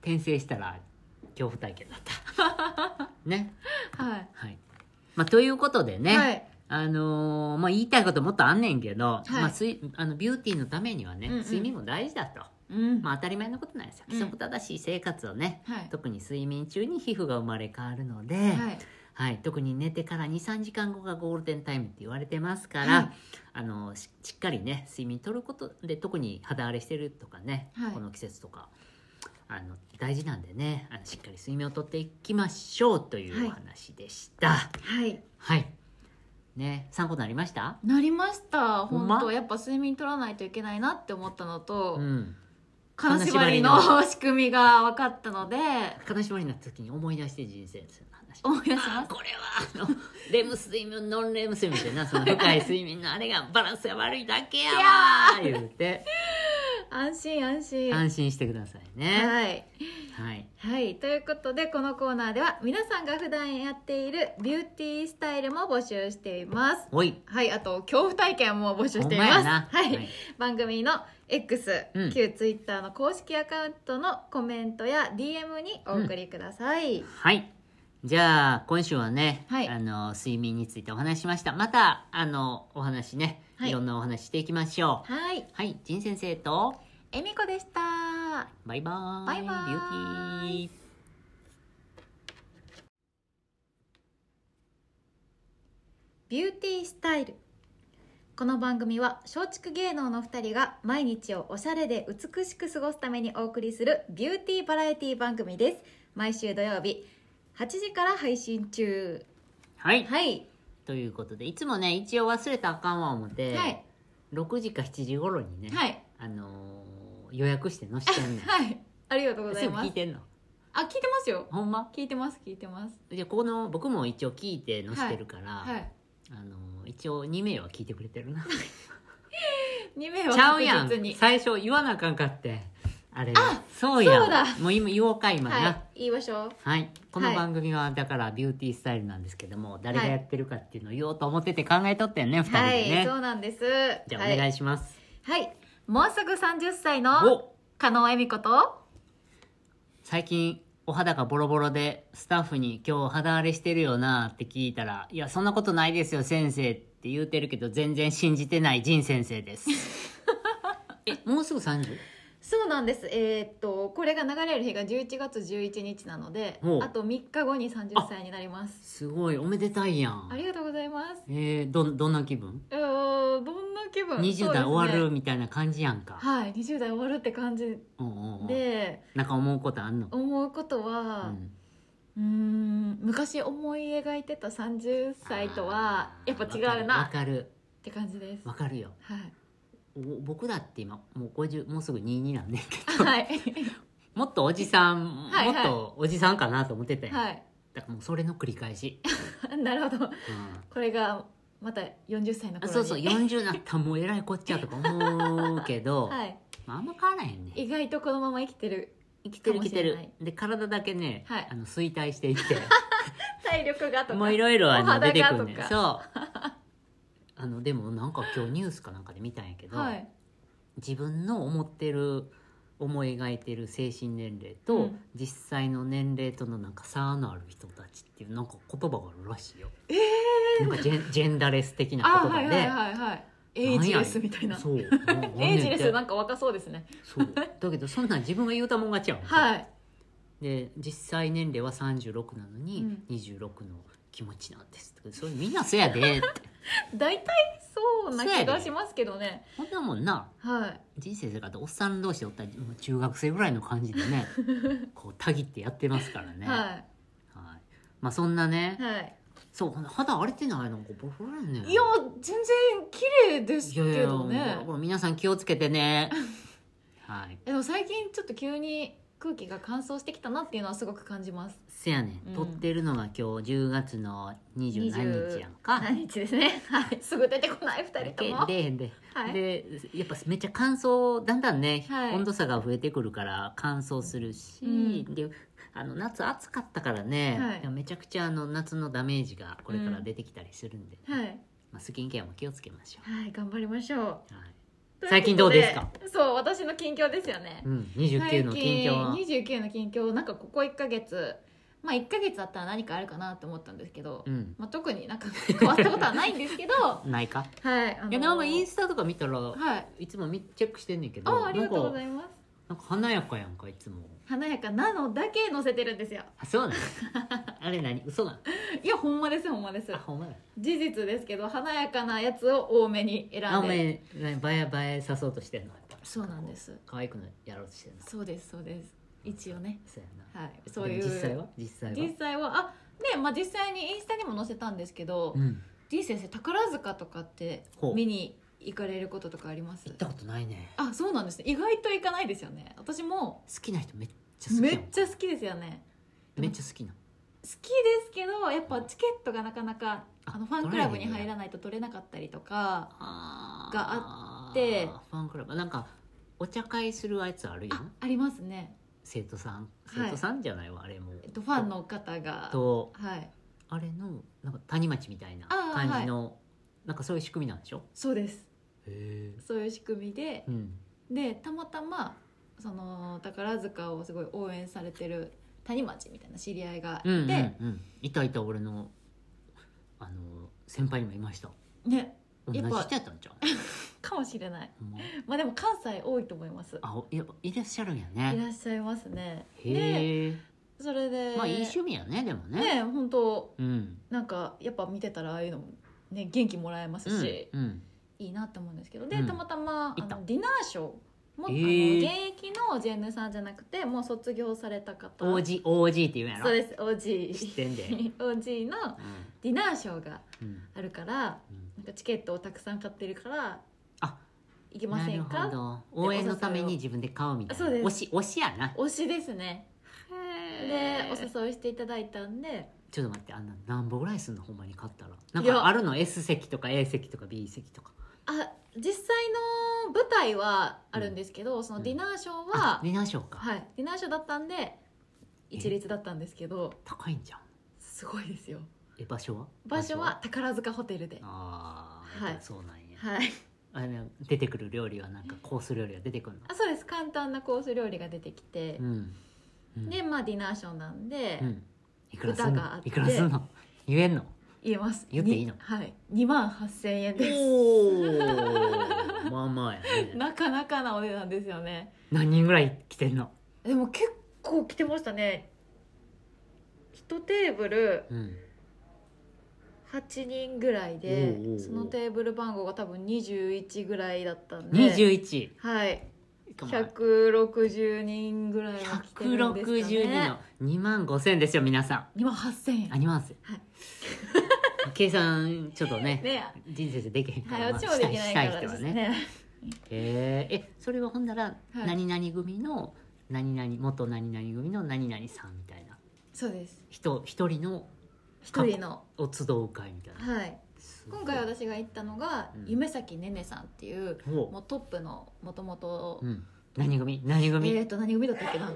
転生したら恐怖体験だ った。ね。はい、はい。まあ、ということでね、はいあのーまあ、言いたいこともっとあんねんけど、いまあ、睡あのビューティーのためにはね、うんうん睡眠も大事だと。うんまあ、当たり前のことなんですよ。規則正しい生活をね、はい特に睡眠中に皮膚が生まれ変わるので、ははいい特に寝てから23時間後がゴールデンタイムって言われてますから、はいあのししっかりね睡眠とることで特に肌荒れしてるとかね、はいこの季節とかあの大事なんでねあのしっかり睡眠をとっていきましょうというお話でした。はい、はいね参考になりましたなりましたほん本ま当、やっぱ睡眠取らないといけないなって思ったのと、うん金縛りの金縛仕組みが分かったので悲しみになった時に思い出して人生の話思い出しますこれはあの レム睡眠ノンレム睡眠みたいなその深い睡眠のあれがバランスが悪いだけやわー言うて安心安心安心してくださいねはいはいはい、ということでこのコーナーでは皆さんが普段やっているビューティースタイルも募集していますおいはいあと恐怖体験も募集しほてんいままやすなはい、番組の X、うん旧 Twitter の公式アカウントのコメントや DM にお送りください、はいじゃあ今週はね、はいあの睡眠についてお話ししましたまたあのお話ね、はいい、ろんなお話していきましょうはいはい仁先生とえみこでしたバイバーイバイバーイビューティービューティースタイルこの番組は松竹芸能の2人が毎日をおしゃれで美しく過ごすためにお送りするビューティーバラエティ番組です毎週土曜日8時から配信中はい、はいということでいつもね一応忘れたらあかんわ思って、はい6時か7時頃にね、はいあのー予約してのしてんねんはいありがとうござい全部ま聞すいてんのあ聞いてますよほんま聞いてます聞いてますじゃあこの僕も一応聞いて載せてるから、はいあのー一応2名は聞いてくれてるなち2名はゃうやん確実に最初言わなあかんかってあれあそうやんそうだもう今言おうか今なははいい、言いましょうこのはい番組はだからビューティースタイルなんですけども、誰がやってるかっていうのを言おうと思ってて考えとったよね、2人はでいねそうなんですじゃあはお願いいします、はいもうすぐ30歳おの加納恵美子と最近お肌がボロボロでスタッフに「今日肌荒れしてるよな」って聞いたら「いやそんなことないですよ先生」って言うてるけど全然信じてない仁先生 ですえもうすぐ 30? そうなんです。えーっとこれが流れる日が11月11日なのでほう、あと3日後に30歳になります。すごいおめでたいやんありがとうございます。えー、どんどんな気分うーんどんな気分？ 20代終わそうるですねみたいな感じやんか、はい、20代終わるって感じうんうんうんでなんか思うことあんの、思うことうは、ん、うーん昔思い描いてた30歳とはあーやっぱ違うなわっかるて感じです。わかるわかるよはい。お僕だって今もう50もうすぐ2になん ねんけ どはい。もっとおじさん、はいはいもっとおじさんかなと思ってたよ、はい。 だからもうそれの繰り返し、なるほど。うんこれがまた40歳の頃あに。そうそう40なったらもうえらいこっちゃとか思うけど、 はい。まあ、あんま変わらへんね意外とこのまま生きてる生きてる生きてかもるしれないで体だけね、はいあの衰退していって体力が とか。もういろいろあおの肌出がてくるねとかそうあのでもなんか今日ニュースかなんかで見たんやけど、はい自分の思ってる思い描いてる精神年齢と、うん実際の年齢とのなんか差のある人たちっていうなんか言葉があるらしいよ。えなんかジェンジェンダーレス的なあ言は葉いで、はいはいはいエイジレスみたいなそう、エ エイジレスなんんか若そうですねそう。だけどそんなん自分が言うたもん勝ちやん。はいで実際年齢は36なのに、うん26の気持ちなんですとかそれみんなそうやでって大体そうな気がしますけどねこんなもんなはい人生生活おっさん同士でおったらもう中学生ぐらいの感じで ねこうたぎってやってますからね、いはまあそんなね、いはいそう肌荒れてないのかボロボロやねんいや全然綺麗ですいけやいやどもうねこれ皆さん気をつけてねはいでも最近ちょっと急に空気が乾燥してきたなっていうのはすごく感じますせやね、うんん、撮ってるのが今日10月の27日やんか何日ですねはいすぐ出てこない二人ともは出えへんでいでやっぱめっちゃ乾燥だんだんね、はい温度差が増えてくるから乾燥するし、うんであの夏暑かったからね、はいめちゃくちゃあの夏のダメージがこれから出てきたりするんで、はいまあ、スキンケアも気をつけましょはい頑張りましょうう、はい最近どうですかということでそう私の近況ですよねうん、29の近況は最近29の近況なんかここ1か月まあ1か月あったら何かあるかなと思ったんですけど、うんまあ、特になんか 変わったことはないんですけどはないかいあのいやなんかインスタとか見たら、はいい、つもみチェックしてんねんけどあありがとなうごんざかいますなんか華やかやんかいつも華やかなのだけ載せてるんですよあ そうなのあれ何嘘なのいやほんまですほんまですあほんまや事実ですけど華やかなやつを多めにあ選おんで前バヤバヤさそうとしてんのやっぱそうなんです可愛くのやろうとしてんのそうですそうです一応ねそうやなはいそういうでも実際は実際は実際はあねまあ実際にインスタにも載せたんですけど、うん、 D 先生宝塚とかってほう見に行かれることとかあります行ったことないねあそうなんですね意外と行かないですよね私も好きな人めっちゃ好きやんめっちゃ好きですよねめっちゃ好きな好きですけどやっぱチケットがなかなかああのファンクラブに入らないと取れなかったりとかあーがあってファンクラブなんかお茶会するやつあるやあんありますね、生徒さんはい生徒さんじゃないわ、あれもえっと、ファンの方がとはいあれのなんか谷町みたいなあー感じの、なんかそういう仕組みなんでしょそうですへえそういう仕組みでうんでたまたまその宝塚をすごい応援されてる谷町みたいな知り合いがいて、うんうんうんいたいた俺のあの先輩にもいましたね同じやっ人ぱやったんじゃんかもしれないほんままあでも関西多いと思いますあおやっぱいらっしゃるんやいねらっしゃいますねでへえそれでまあいい趣味やねでもねね本当うんなんかやっぱ見てたらああいうのもね元気もらえますし、うんうんいいなって思うんですけどでうんたまたま、行っあたのディナーショーも、へあのー現役のジェンヌさんじゃなくてもう卒業された方 OG, OG って言うんやろそうですOG 知ってん で OG のうディナーショーがんうんあるからうんなんかチケットをたくさん買ってるからあ行きまなせるんほかど応援のために自分で買うみたいなそうです推し推しやな推しですねでへおー誘いしていただいたんでちょっと待ってあんな何本ぐらいすんのほんまに買ったらなんいやかあるの S 席とか A 席とか B 席とかあ実際の舞台はあるんですけど、そのディナーショーは、見ましょうか、はい、ディナーショーだったんで一律だったんですけど高いんじゃんすごいですよえ場所は場所は宝塚ホテルで場所、はああ、はいそうなんや、はい、あの出てくる料理はなんかコース料理が出てくるのあそうです簡単なコース料理が出てきてう、んうんでまあディナーショーなんで、うん、いくらすん歌があのっていくらすんの言えんの言えます言っていいのにはい2万8000円ですおおまあまあやねなかなかなお値段ですよね何人ぐらい来てんのでも結構来てましたね1テーブルうん8人ぐらいでおうおうおうそのテーブル番号が多分21ぐらいだったんで21はいかまあ160人ぐらいは来てるんですかね162の2万5千ですよ皆さん2万8000円あります、はい計算ちょっとねね人生でできへんかはら、い、まあ私もできないしかたいら人ではすねねへええそれはほんなら、はい何々組の何々元何々組の何々さんみたいなそうです人一人の一人のお集う会みたいな、はい今回私が行ったのが、うん夢咲ねねさんっていうももうトップのもともとう、うん、何組何え組、ーと何組だったっけな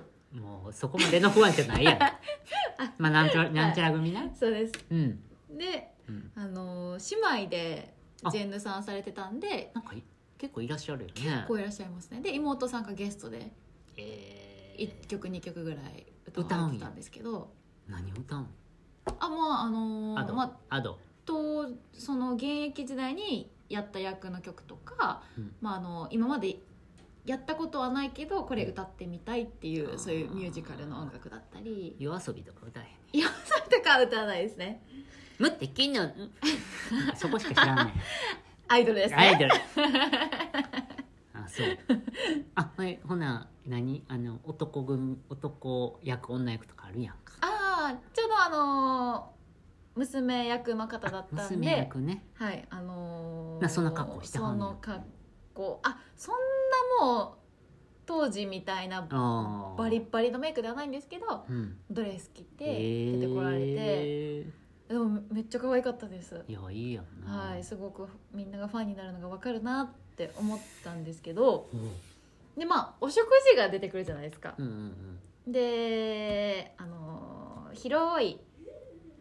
もうそこまでの不安じゃないや ん まあなんちゃらなんちゃら組な、そうですうん、でうん、あのー姉妹であジェンヌさんされてたんでなんかい結構いらっしゃるよねこういらっしゃいますねで妹さんがゲストでえー1曲2曲ぐらい歌われてたんですけど何歌うのあまああのアード、まあアドとその現役時代にやった役の曲とか、うんまあ、あの今までやったことはないけどこれ歌ってみたいっていう、うんそういうミュージカルの音楽だったり夜遊びとか歌えへんいやそれとかは歌わないですね待って金 のそこしか知らない アイドルですねアイドル あそうあはいほな何あの男軍男役女役とかあるやんかああちょうどあのー娘役の方だったん娘で役ねはいあのーなそんな格好してはそんのの格好あそんなもう当時みたいなああバリッバリのメイクではないんですけどうんドレス着て出てこられて、えでもめっちゃ可愛かったです、ーいやいいやんなはいすごくみんながファンになるのが分かるなって思ったんですけどうんでまあお食事が出てくるじゃないですかう、んうんであのー広い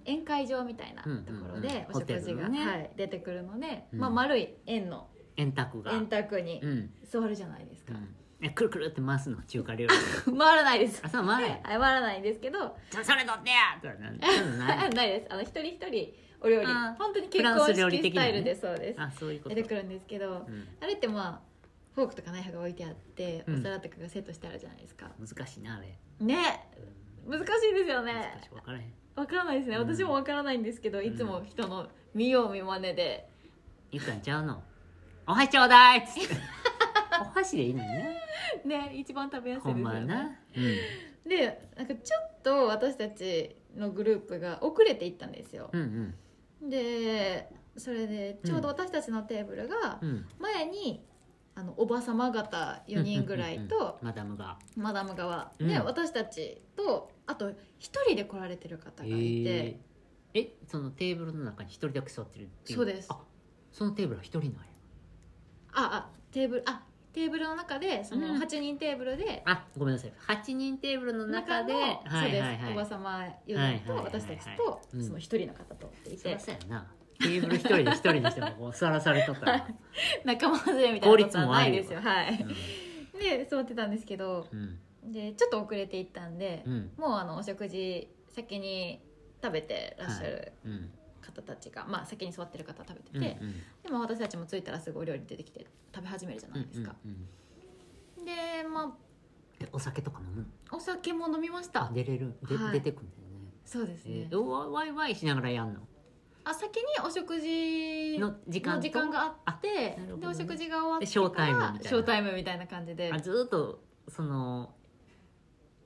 宴会場みたいなところうんうんでうんお食ホテ事ルが、のねはい、出てくるので、うんまあ、丸い円の円卓が円卓にうん座るじゃないですうか、んえくるくるって回すの中華料理 回らないですあそう前 はい回らないんですけどじゃあそれ取ってやとかなんなんなないいです あの一人一人お料理あー本当に結フラン婚ス料理式ス的なタねイルでそうですあそういうこ出とてくるんですけど、うんあれってまあフォークとかナイフが置いてあってうんお皿とかがセットしてあるじゃないですか、難しいなあれねうん難しいですよね難しい分からへんわからないですねうん私もわからないんですけど、いつも人の見よう見まねでゆかんちゃうのお箸ちょうだい っつってお箸でいいのにねね一番食べやすほいでんすよまはねなうんでなんかちょっと私たちのグループが遅れていったんですよう、んでそれでちょうど私たちのテーブルがうんうん前にあのおばさま方4人ぐらいと、うんうんうんマダムがマダム側、うんで私たちとあと一人で来られてる方がいて、えーえそのテーブルの中に一人だけ座ってるっていうそうですあそのテーブルは一人なんやああテーブルあテーブルの中でそのうん8人テーブルで、あごめんなさい8人テーブルの中でのそうです、おばす様4人とはいはいはいはい私たちとうんその一人の方といそりてゃ、そうやなテーブル一人で一人にしてもこうさらされとった ら、仲間外れみたいなことはないですよはいうんで座ってたんですけどうんでちょっと遅れていったんでう、んもうあのお食事先に食べてらっしゃるうんうん方たちが、まあ先に座ってる方は食べてて、うんでも私たちも着いたらすぐお料理出てきて食べ始めるじゃないですか、うんうんうんでまあえお酒とか飲むのお酒も飲みましあた出れるで、はい出てくるんだよねそうですねえ、ー、おワイワイしながらやんのあ先にお食事のの時間と時間があってあなるほどでおね食事が終わってでショータイムみたいなショータイムみたいな感じであずーっとその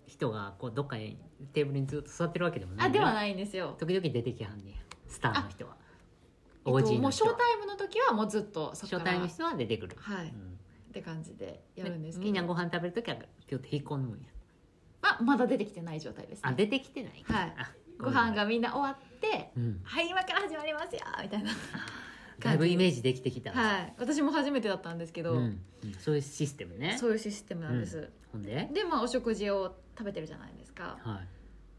人がこうどっかにテーブルにずっと座ってるわけでもないあではいないんですよ、時々出てきはんねやスターの人はえっと王子ものうショ人ーはタイムの時はもうずっとそシこョーからタイムの人は出てくる、はういんって感じでやるんですけどみんなご飯食べるときはピュッて引っ込むんやままだ出てきてない状態です、あね、出てきてないはいあご飯がみんな終わってうんはい今から始まりますよみたいな だいぶイメージできてきたはい私も初めてだったんですけうど、んうんそういうシステムねそういうシステムなんです、ほんででまあお食事を食べてるじゃないですかは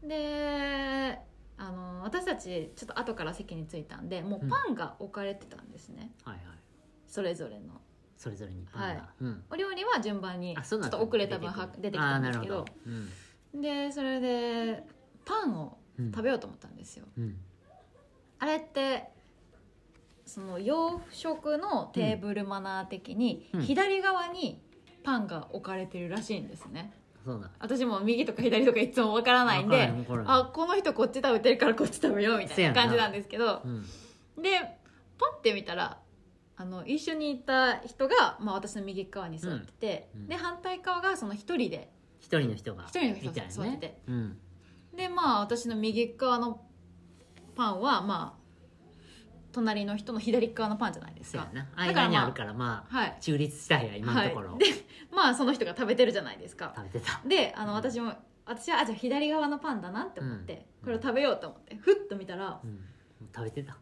いであの私たちちょっと後から席に着いたんでもうパンが置かれてたんですね、はいはいそれぞれのそれぞれにパンが、はいうんお料理は順番にあちそょうっなんだと遅れた分は出てきたんですけあどーなるほうんでそれでパンをうん食べようと思ったんですよ、うんあれってその洋食のテーブルマナー的に、うん左側にパンが置かれてるらしいんですねそうなん私も右とか左とかいつもわからないんでわからんわからんあこの人こっち食べてるからこっち食べようみたいな感じなんですけどうんでパッて見たらあの一緒にいた人が、まあ、私の右側に座ってて、うんうんで反対側がその一人で一人の人が一人の人がみたい座なってねてうんでまあ私の右側のパンはまあ隣の人の左側のパンじゃないですそうかや。なだからまあ間にあるからまあはい、中立したいや今のところ、はい、でまあその人が食べてるじゃないですか。食べてたであうのん私も私はあじゃあ左側のパンだなって思って、うんこれを食べようと思ってふっと見たらうん食べて た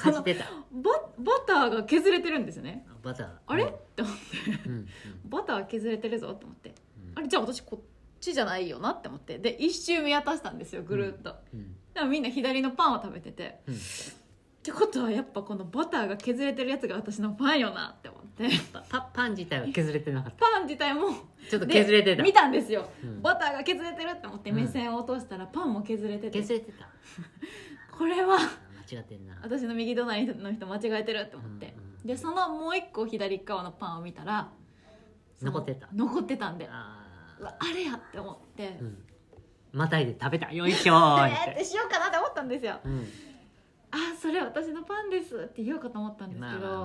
かじってたババターが削れてるんですね。バターあれ、って思ってうんうんバター削れてるぞと思ってうんあれじゃあ私こっちじゃないよなって思ってで一周見渡したんですよぐるっと、うんでもみんな左のパンを食べててうんてことはやっぱこのバターが削れてるやつが私のパンよなって思って パパパン自体は削れてなかったパン自体もちょっとで削れてた、見たんですようんバターが削れてるって思ってうん目線を落としたらパンも削れてて、削れてたこれは間違ってんな私の右隣の人間違えてるって思って、うんうんでそのもう一個左側のパンを見たらその残ってた残ってたんであうーわあれやって思って、うんまたいで食べたよいしょー えーっっててしようかなって思ったんですようんあーそれ私のパンですって言おうかと思ったんですけまあど、ままあ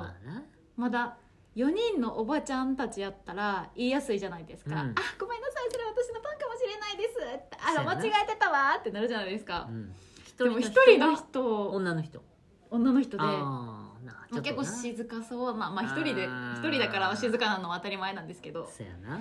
まあなだ4人のおばちゃんたちやったら言いやすいじゃないですか、うんあごめんなさいそれ私のパンかもしれないですってあそらうやな間違えてたわーってなるじゃないですかう、ん一でも一人の人女の人女の人であーなあちょまあ、っと結な構静かそうな、まあ、一人であー一人だから静かなのは当たり前なんですけどそうやな、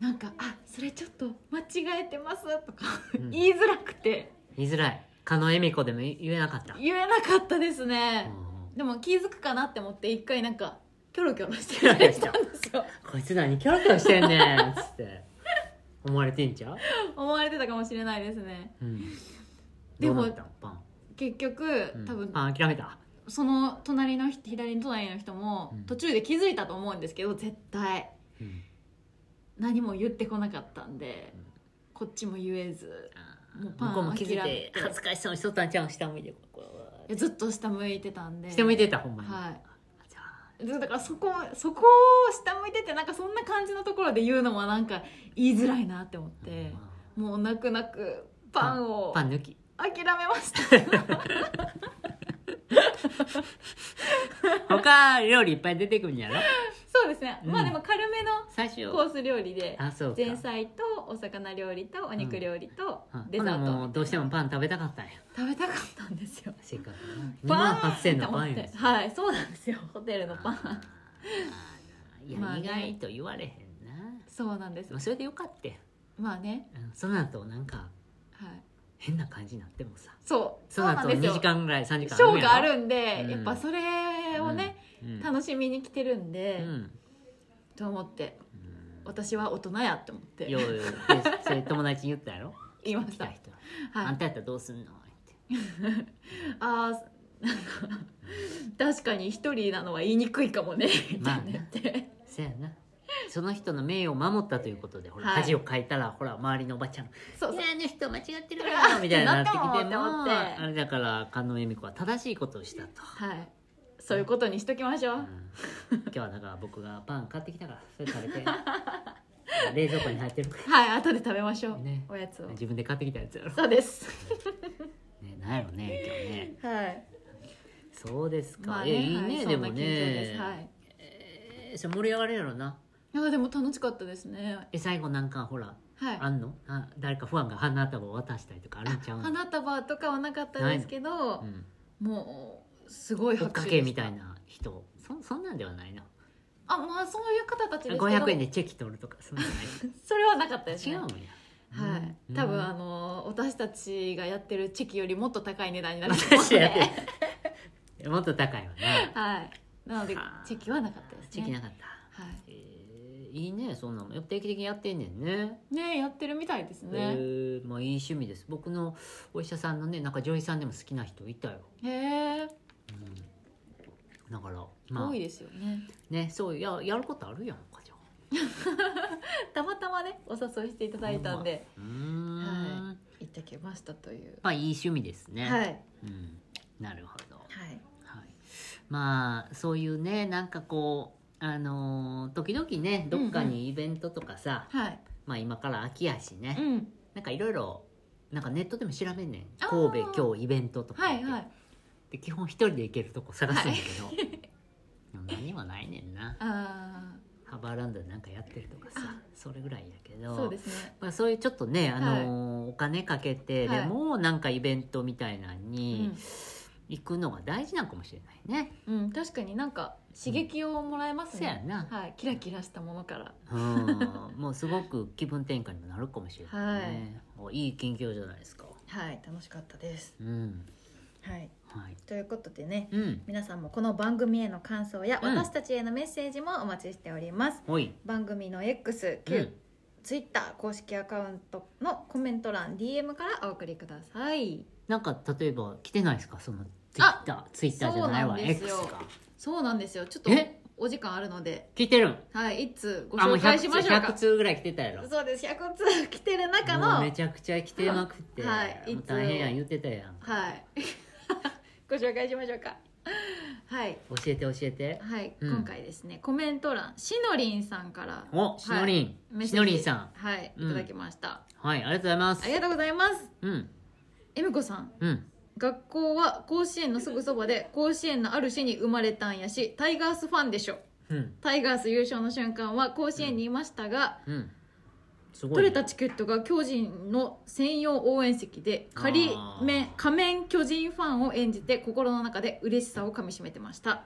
なんか「あそれちょっと間違えてます」とかうん言いづらくて言いづらい狩野恵美子でも言えなかった、言えなかったですね、うんでも気づくかなって思って一回なんかキョロキョロしてたりしたんですよこいつ何キョロキョロしてんねんっつって思われてんちゃう、思われてたかもしれないですねうん、でどもうなったパン、結局、うん多分パン諦めたその隣の人左の隣の人もうん途中で気づいたと思うんですけど絶対うん何も言ってこなかったんで、うんこっちも言えずあもうーパン向こうも気づい諦てめて恥ずかしそうにしとったんちゃうん下向いてこうこうずっと下向いてたんで下向いてたほんまに、はいじゃあだからそこそこを下向いててなんかそんな感じのところで言うのもなんか言いづらいなって思って、もう泣く泣くパンをパン抜き諦めま した他料理いっぱい出てくるんやろそうですね、うんまあでも軽めの最初コース料理であそうか前菜とお魚料理とお肉料理とうんデザほなーもトうどうしてもパン食べたかったんや食べたかったんですよせっかく2パ万ン8000円のパンっやて思ってはいそうなんですよホテルのパンいや、まあね意外と言われへんなそうなんですでもそれでよかったよ、まあねうん、その後なんかはい変な感じになってもさそうそそうのなん後です2よ時間ぐらい3時間ショーがあやろるんで、うんやっぱそれをね、うん楽しみに来てるんで、うんと思ってうん私は大人やって思ってようようでそれ友達に言ったやろ言いま来したた、人ははあんい、たやったらどうすんのってあー確かに一人なのは言いにくいかもねみたまあいになねって、そやなその人の名誉を守ったということでほら、はい恥をかいたらほら周りのおばちゃん そういそうやあの人間違ってるかうらわみたいになってきてもなってもって思ってあれだから狩野恵美子は正しいことをしたと、はいそういうことにしときま しょう、うん今日はだから僕がパン買ってきたからそれ食べて 冷蔵庫に入ってるかはい後で食べましょう、ねおやつをら自分で買ってきたやつやろ、そうですね、なんやろね今日ねはいそうですか、まあいやねいいね、はい、でもそんな緊張でねすはいえーそれ盛り上がるやろないやでも楽しかったですねえ最後なんかほらはいあんのあ誰かファンが花束を渡したりとかあるんちゃうの花束とかはなかったですけど、うんもうすご追いっ拍か手けでみしたいな人そそんなんではないなあまあそういう方たちですけど500円でチェキ取るとかそんなんじゃないそれはなかったです違ねうんや。はい、うん多分あの私たちがやってるチェキよりもっと高い値段になると思うの 私やでっ、 てるもっと高いわね。はい、なのではあチェキはなかったですねチェキなかった。はいえーいいね、そんなの。定期的にやってんねんね。ねやってるみたいですえねーまあいい趣味です。僕のお医者さんのね、なんか女医さんでも好きな人いたよ。へえうんだから、ま多いですよね あ、ね、そう、や、やることあるやんか、じゃあたまたまねお誘いしていただいたんでうーん。行ってきましたというまあ、いい趣味ですね。はいはいうん。なるほど。はい、まあそういうねなんかこうあのー時々ねどっかにイベントとかさ、はいまあ今から秋やしね、うんなんかいろいろなんかネットでも調べんねんあー神戸今日イベントとかは言っいて、はいで基本一人で行けるとこ探すんだけど、でも何もないねんなあハーバーランドでなんかやってるとかさそれぐらいやけあどそうですねまあ、そういうちょっとね、あのーお金かけてはいでもなんかイベントみたいなのうにん、行くのが大事なのかもしれないね。うん、確かになんか刺激をもらえますそうやね、な、はいキラキラしたものからうん、もうすごく気分転換にもなるかもしれないね、おい、い近況じゃないですかはい楽しかったですうんはいはいということでねうん皆さんもこの番組への感想やうん私たちへのメッセージもお待ちしております、おい、番組の X う旧、ん、 Twitter 公式アカウントのコメント欄 DM からお送りくださいなんか例えば来てないですかそのツイッターツイッターじゃないわそうなんですよ X かそうなんですよちょっとえお時間あるので聞いてるんはい一通ごあもう紹介しま100し通ょう100か通ぐらい来てたやろそうです100通来てる中ものうはめいちゃくちゃ来てまくって、 はいもう大変やん言ってたやん ご紹介しましょうかはい教えて教えてはい、うん今回ですねコメント欄しのりんさんからおしのりん、メッしセーのジりんさんはいいうんただきました、はいありがとうございますありがとうございますうんえみこさんうん学校は甲子園のすぐそばで甲子園のある市に生まれたんやしタイガースファンでしょうんタイガース優勝の瞬間は甲子園にいましたが、うんすごい取ね、れたチケットが巨人の専用応援席で仮あー面仮面巨人ファンを演じて心の中で嬉しさをかみしめてました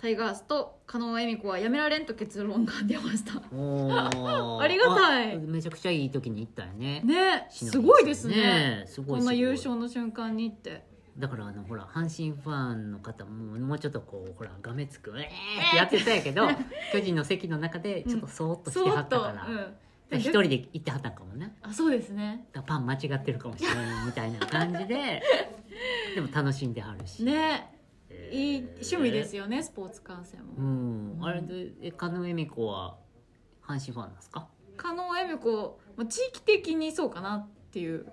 タイガースと加納恵美子はやめられんと結論が出ましたおー ありがたいあめちゃくちゃいい時に行ったよねねしのりんさんすごいですねねすごいこんなすごい優勝の瞬間にってだからあのほら阪神ファンの方ももうちょっとこうほらがめつく「えー!」ってやってたんや けど巨人の席の中でちょっとそーっとしてそはうっったと、うからん、一人で行ってはったんかもねあそうですねだからパン間違ってるかもしれないみたいな感じ ででも楽しんではるしねえーいい趣味ですよねスポーツ観戦も、うんあれでえ狩野恵美子は阪神ファンなんですか加納恵美子、まあ、地域的にそうかなっ ていう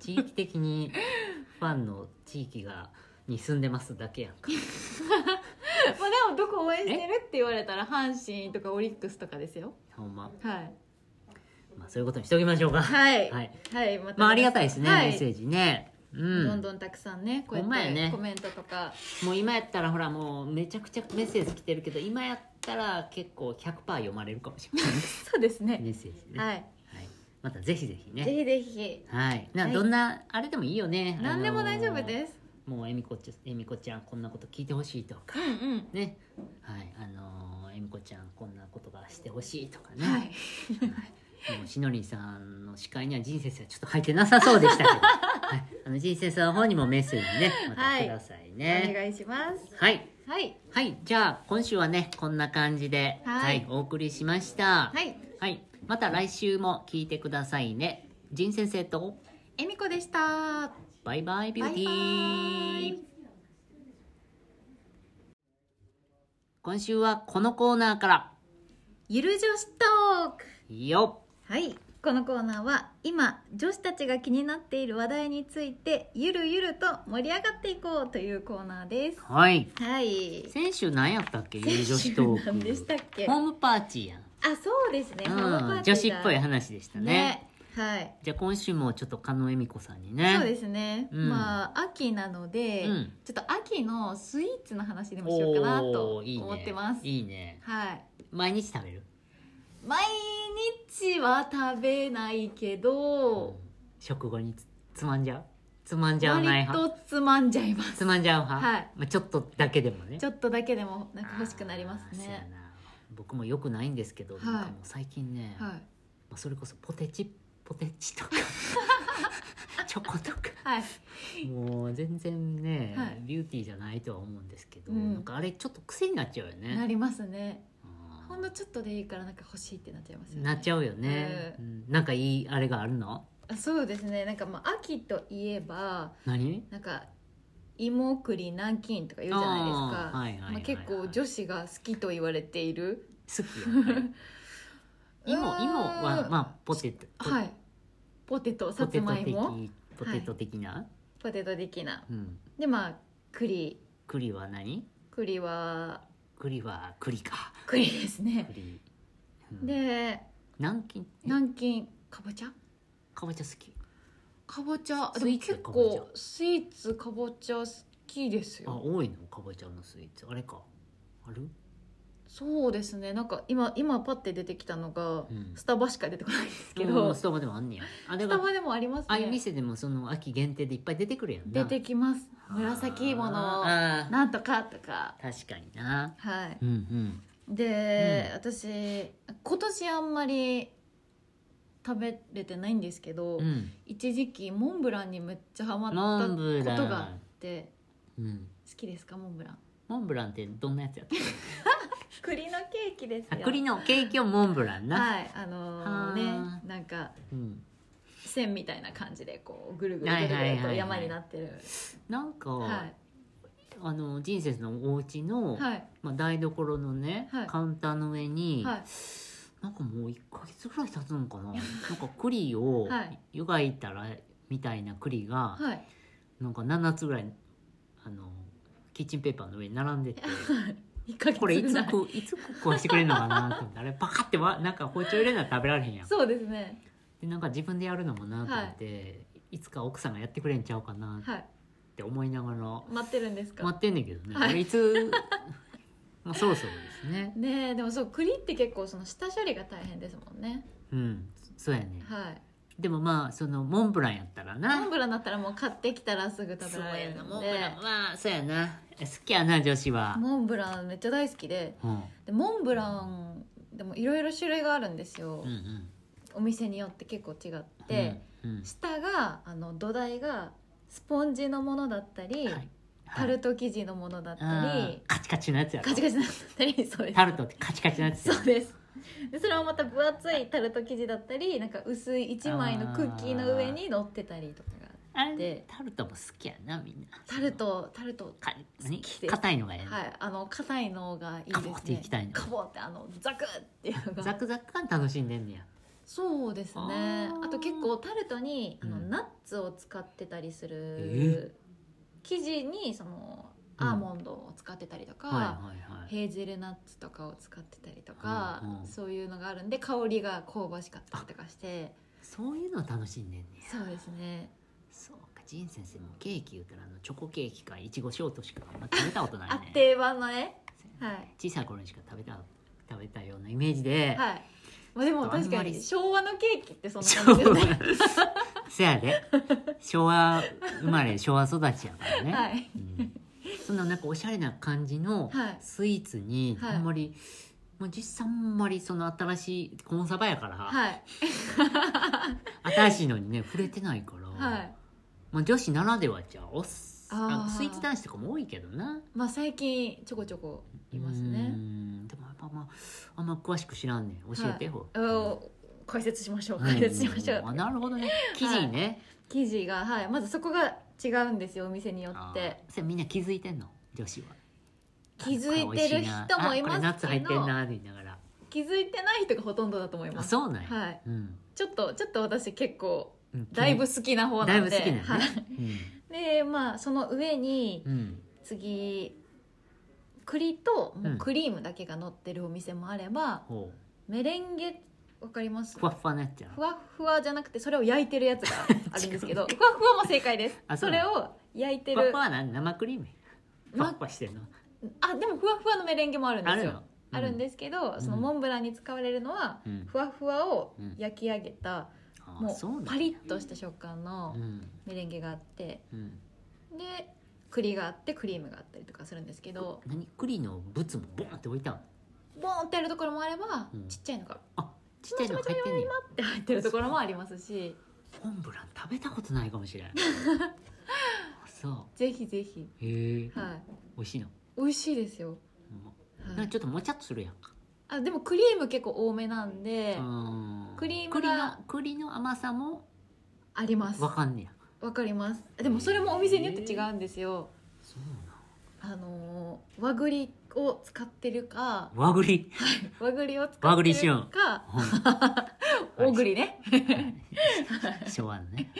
地域的にファンの地域がに住んでますだけやん かまあでもどこ応援してるって言われたら阪神とかオリックスとかですよほんま、はいまあ、そういうことにしておきましょうかはいはいはいままあありがたいですね、はいメッセージね。うん、どんどんたくさんねこうやっほんまやてねコメントとか、もう今やったらほらもうめちゃくちゃメッセージ来てるけど今やったら結構100%読まれるかもしれないそうです ねメッセージね、はいはいまたぜひぜひぜねひぜひはいなはいどんなあれでもいいよね、何でも大丈夫すです、もうえみこちゃんえみこちゃんこんなこと聞いてほしいとかうんねはいあのーえみこちゃんこんなことがしてほしいとかうんね、はいはいもうしのりんさんの司会には人生さんはちょっと入ってなさそうでしたけど、はい、あの人生さんの方にもメッセージねまたくださいおね願いしますはいはいはい、じゃあ今週はねこんな感じでははいい、お送りしましたはいはい、また来週も聞いてくださいね仁先生と恵美子でしたバイバイビューティーバイバイ今週はこのコーナーからゆる女子トークよっはいこのコーナーは今女子たちが気になっている話題についてゆるゆると盛り上がっていこうというコーナーですはいはい先週何やったっけゆる女子トー何でしたクっけホーあムパーティーやんそうですね、ホームパうーん、ティーだ女子っぽい話でしたねねはいじゃあ今週もちょっと狩野恵美子さんにねそうですね、うんまあ秋なので、うんちょっと秋のスイーツの話でもしようかなとおーいいね思ってますいいねはい毎日食べる毎日は食べないけど食後につつまんじゃうつまんじゃうない割派とつまんじゃいますつまんじゃう派、はいまあ、ちょっとだけでもねちょっとだけでもなんか欲しくなりますあーそうやね。な僕もよくないんですけど、はいなんかもう最近ね、はまい。あ、それこそポテチポテチ とかチョコとかはい。もう全然ね、はいビューティーじゃないとは思うんですけど、うんなんかあれちょっと癖になっちゃうよなねりますね。うんほんのちょっとでいいからなんか欲しいってなっちゃいますよね。なっちゃうよね、うんなんかいいあれがあるのあそうですね。なんかまあ秋といえば何なんか芋栗南京とか言うじゃないですか。あーはいはいはいまはあい結構女子が好きと言われている。好きやっ ぱり芋芋うーんはまあポテトポはい。ポテト、さつまいも、ポテト的な、ポテト的な。うんでまあ栗、栗は何栗は栗は栗か栗ですね。栗、うん、で南京南京かぼちゃ。かぼちゃ好きかぼちゃスでもイーツ結かぼちゃ構スイーツかぼちゃ好きですあよ多いのかぼちゃのスイーツあれかあるそうですねなんか今今パッて出てきたのが、うんスタバしか出てこないですけうどんススタバでもあんねやあれがタバでもありますああいうね店でもその秋限定でいっぱい出てくるやん出なてきます紫芋のあーなんとかとか確かになはいうんうんで、うん私今年あんまり食べれてないんですけど、うん一時期モンブランにめっちゃハマったモンブランことがあってうん好きですかモンブランモンブランってどんなやつやった栗のケーキですあ栗のケーキをモンブランな、はいあのーはねなんかうん、線みたいな感じでこうぐるぐるはぐいるはいはいはいぐると山になってるなんか、はいあの人生のお家の、はいまあ、台所のね、はいカウンターの上に、はいなんかもう1ヶ月ぐらい経つのかななんか栗をはい湯がいたらみたいな栗が、はいなんか7つぐらいあのキッチンペーパーの上に並んでて一ヶ月これい ぐつらい食ういつ食わしてくれるのかなと思ってあれパカってわなんか包丁入れなら食べられへんやんそうですねでなんか自分でやるのもなと思って、い、つか奥さんがやってくれんちゃうかなはいって思いながら待ってるんですか、待ってんねんけどね、はいこれいつ まあそろそろですねねえでもそう栗って結構その下処理が大変ですもんねうんそうやねはいでもまあそのモンブランやったらなモンブランだったらもう買ってきたらすぐ食べられるのそうでやなモンブランまあそうやな好きやな女子は、モンブランめっちゃ大好きでうん、でモンブランでもいろいろ種類があるんですよ、うんうんお店によって結構違って、うんうん下があの土台がスポンジのものだったり、はいタルト生地のものだったり、あーカチカチのやつやろカチカチだったりそうですタルトってカチカチのやつやそうですでそれはまた分厚いタルト生地だったりなんか薄い1枚のクッキーの上に乗ってたりとかがあれでタルトも好きやなみんなタルトタルトか何好きです硬いのがええのはいあの硬いのがいいでカボっすていねきたいのカボってあのザクっていうのザがクザク感楽しんでんねやそうですねあーあと結構タルトにあの、うんナッツを使ってたりすえる生地にそのうんアーモンドを使ってたりとか、はいはいはいヘーゼルナッツとかを使ってたりとか、うんうんそういうのがあるんで香りが香ばしかったりとかしてそういうの楽しんでんねやそうですねそうか仁先生もケーキ言うたらあのチョコケーキかいちごショートしかあんま食べたことないあね定番のねはい、小さい頃にしか食べた食べたようなイメージで、はいまあ、でも確ちょっとあんかまりに昭和のケーキってそんな感 じですよねせやで昭和生まれ昭和育ちやからね、はいうん、そんななんかおしゃれな感じのはいスイーツにはいあんまり、もう実際あんまりその新しいコンサバやから、はい新しいのにね触れてないから、はいまあ、女子ならではじゃあおっあーあスイーツ男子とかも多いけどなまあ最近ちょこちょこいますうねんでもやっぱまああんま詳しく知らんねん教えてよ、うお解説しましょううん解説しましょう、んあなるほどね生地ね、生地がはいまずそこが違うんですよお店によあっーてそれみんな気づいてんの女子は気づいてる人もいあこれます夏入けってんどなって言いながら気づいてない人がほとんどだと思いあますそうなんや、はいうんちょっとちょっと私結構うんだいぶ好きな方だないんでぶ好きなのはねい、でまあその上にうん、うん次栗ともううんクリームだけが乗ってるお店もあれば、ほメレンゲわかりますふわっふわなやつやふろわふわじゃなくてそれを焼いてるやつがあるんですけ どふわふわも正解ですあそそうなれのを焼いてふわっるふわは何生クリームやふわまっふわしてんのあでもふわふわのメレンゲもあるんであするよのあるんす、ですけど、んそのモンブランに使われるのは、うんふわふわをうん焼き上げた、あもそうなんうやパリッとした食感のうんメレンゲがあってうんで栗があってクリームがあったりとかするんですけど何栗のブツもボンって置いたのボーンってやるところもあれば、うんちっちゃいのがあちっちゃいの入ってんねやって入ってるところもありますしモンブラン食べたことないかもし れんあそぜひぜひ、うへえ、はい、美味しいの、美味しいですよ、うんはなんいか、ちょっともちゃっとするやんか、あでもクリーム結構多めなんで、うんクリーム栗のが栗の甘さもありますわかんねやわかりますでもそれもお店によって違うんですよ、そうあのー和栗を使ってるかな和栗和栗を使和って栗るしようかうん 大栗ね 昭和のね、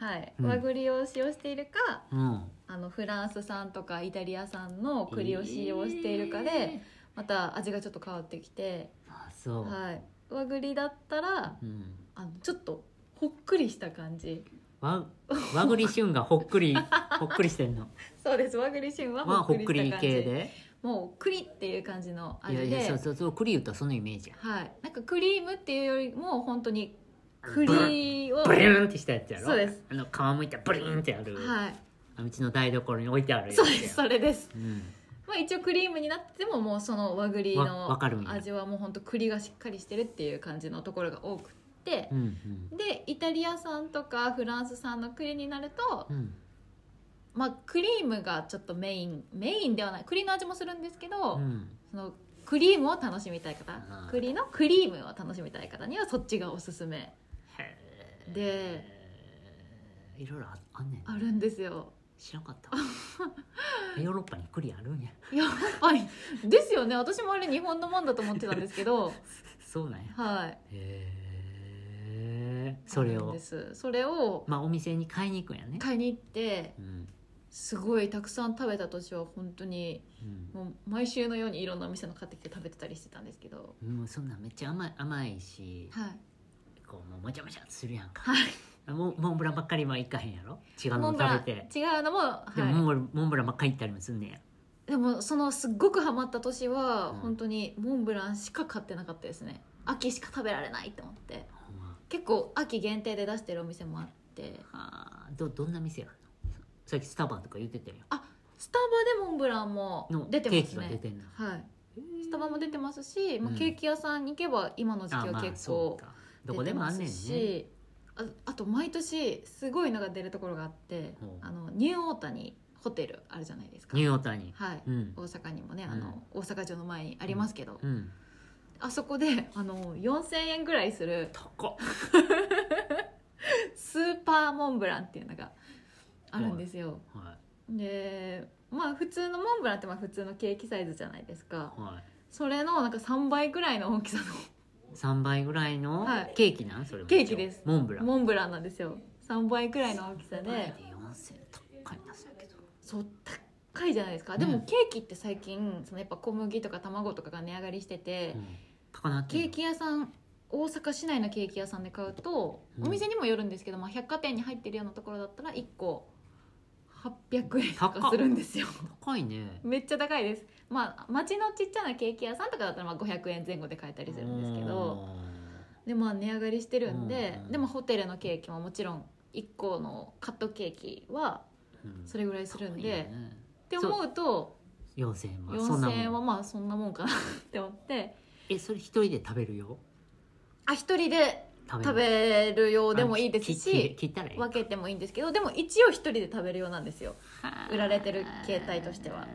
はい、うん和栗を使用しているかはい、あのフランス産とかイタリア産のうん栗を使用しているかで、えまた味がちょっと変わってきて、ーあそう、はい、和栗だったらうんあのちょっとほっくりした感じ和和栗旬がほっくりほっくりしてんのそうです和栗旬はまあ ほほっっくくりしりた感じ系でもう栗っていう感じのい味やでいやそうそうそう栗言ったらそのイメージやはい、なんかクリームっていうよりも本当に栗をブリーンってしたやつやろそうですあの皮むいたらブリーンってある、はいあうちの台所に置いてあるやつそやうですそれですうん、まあ、一応クリームになってももうその和栗わわのかるんや味はもう本当栗がしっかりしてるっていう感じのところが多くってうんうんでイタリア産とかフランス産の栗になると、うんまあ、クリームがちょっとメインメインではない栗の味もするんですけど、うんそのクリームを楽しみたい方あー栗のクリームを楽しみたい方にはそっちがおすすめへでえいろいろああんねんあるんですよ知らんか ったわヨーロッパにクリあるんやいやはいですよね私もあれ日本のもんだと思ってたんです けどそうなんやはいへえそれなんをですそれをまあお店に買いに行くんやね買いに行ってうんすごいたくさん食べた年は本当にうんもう毎週のようにいろんなお店の買ってきて食べてたりしてたんですけどもうそんなんめっちゃ甘い甘いしはいこうもうもちゃもちゃするやんかはいモンモンブランばっかりはいかへんやろ違うモのンブラ食ンべて違うのも、はでもモンブい、ランモンブランばっかり行ったりもすんねやでもそのすっごくハマった年は、うん本当にモンブランしか買ってなかったですね秋しか食べられないと思ってほんま結構秋限定で出してるお店もあってあーどどんな店やるのさっきスタバとか言ってたよスタバでモンブランもの出てケまーすキが出ねてんのはいスタバも出てますし、うまあ、んケーキ屋さんに行けば今の時あ期まはあ結そ構うかどこ出でてもあまんねすんねし、ああと毎年すごいのが出るところがあってほうあのニューオータニホテルあるじゃないですかニューオータニはい、うん大阪にもねあの、大阪城の前にありますけど、うんあそこであの4000円ぐらいする高っスーパーモンブランっていうのがあるんですよ、はでまあ普通のモンブランってまあ普通のケーキサイズじゃないですかいはいそれのなんか3倍ぐらいの大きさの3倍ぐらいのはいケーキなんそれもケーキですモンブランモンブランなんですよ3倍くらいの大きさモンブランでで4000高いなそやけどそう高いじゃないですかでうもんケーキって最近そのやっぱ小麦とか卵とかが値上がりしてて、うん高なってケんのーキ屋さん大阪市内のケーキ屋さんで買うと、うんお店にもよるんですけど、まあ、百貨店に入ってるようなところだったら1個800円と高かっするんですよ高いねめっちゃ高いですまあ町のちっちゃなケーキ屋さんとかだったらまあ500円前後で買えたりするんですけど、でまあ値上がりしてるんで、うんでもホテルのケーキももちろん1個のカットケーキはうんそれぐらいするんで、高いよねって思うと4000円はそんな4000円もはんまあそんなもんかなって思ってえそれ一人で食べるよあ一人で食食べるようでもいいですあききし切ったらいい分けてもいいんですけどでも一応一人で食べるようなんですよ売られてる携帯としては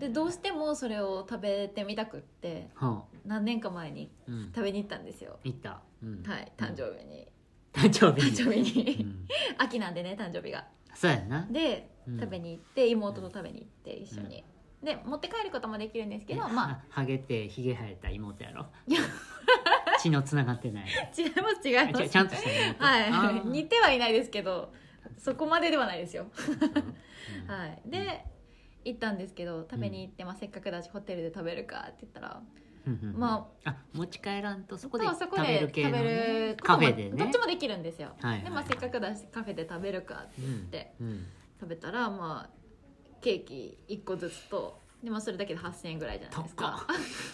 でどうしてもそれを食べてみたくっては何年か前にあうん食べに行ったんですよ行ったうんはい誕生日に誕生日誕生日うにん秋なんでね誕生日がそうやなでうん食べに行って妹と食べに行って一緒に、で持って帰ることもできるんですけどまあハゲてひげ生えた妹やろいや 血のつながってない あ違います違いあまちゃすちゃんとした妹あはいー似てはいないですけどそこまでではないですよ、うんはい、で行ったんですけど食べに行って、まあ、せっかくだしホテルで食べるかって言ったら、うんうんうんまあ持ち帰らんとそこでそうそ食こべでる食系のべねることカもフェでねどっちもできるんですよ、はいはいで、まあ、せっかくだしカフェで食べるかうんでうん食べたらまあケーキ1個ずつとで、まあ、それだけで8000円ぐらいじゃないですか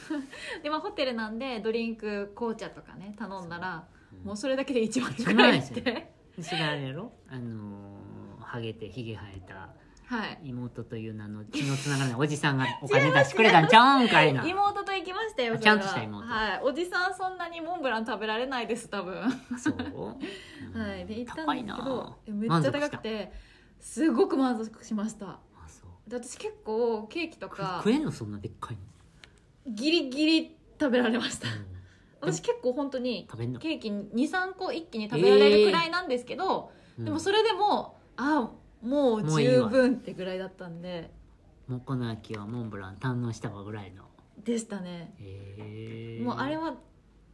で、まあ、ホテルなんでドリンク紅茶とかね頼んだらうんもうそれだけで1万円ぐらいし一万円ですよて違うあれやろあのーハゲてひげ生えた はい妹という名の血のつながらないおじさんがお金出してくれたんちゃうんかいな妹と行きましたよあそれちゃはんとした妹はいおじさんそんなにモンブラン食べられないです多分はそう、いでうん行ったんですけどえめっ満ちゃ足した高くてすごく満足しましたあそうで私結構ケーキとくか食えんのそんなでっかいの、ギリギリ食べられましたうん私結構本当に食べんの、ケーキ23個一気に食べられるくらいなんですけど、うんでもそれでもあもうもういい十わ分ってぐらいだったんでもうこの秋はモンブラン堪能したわぐらいのでしたねへえもうあれは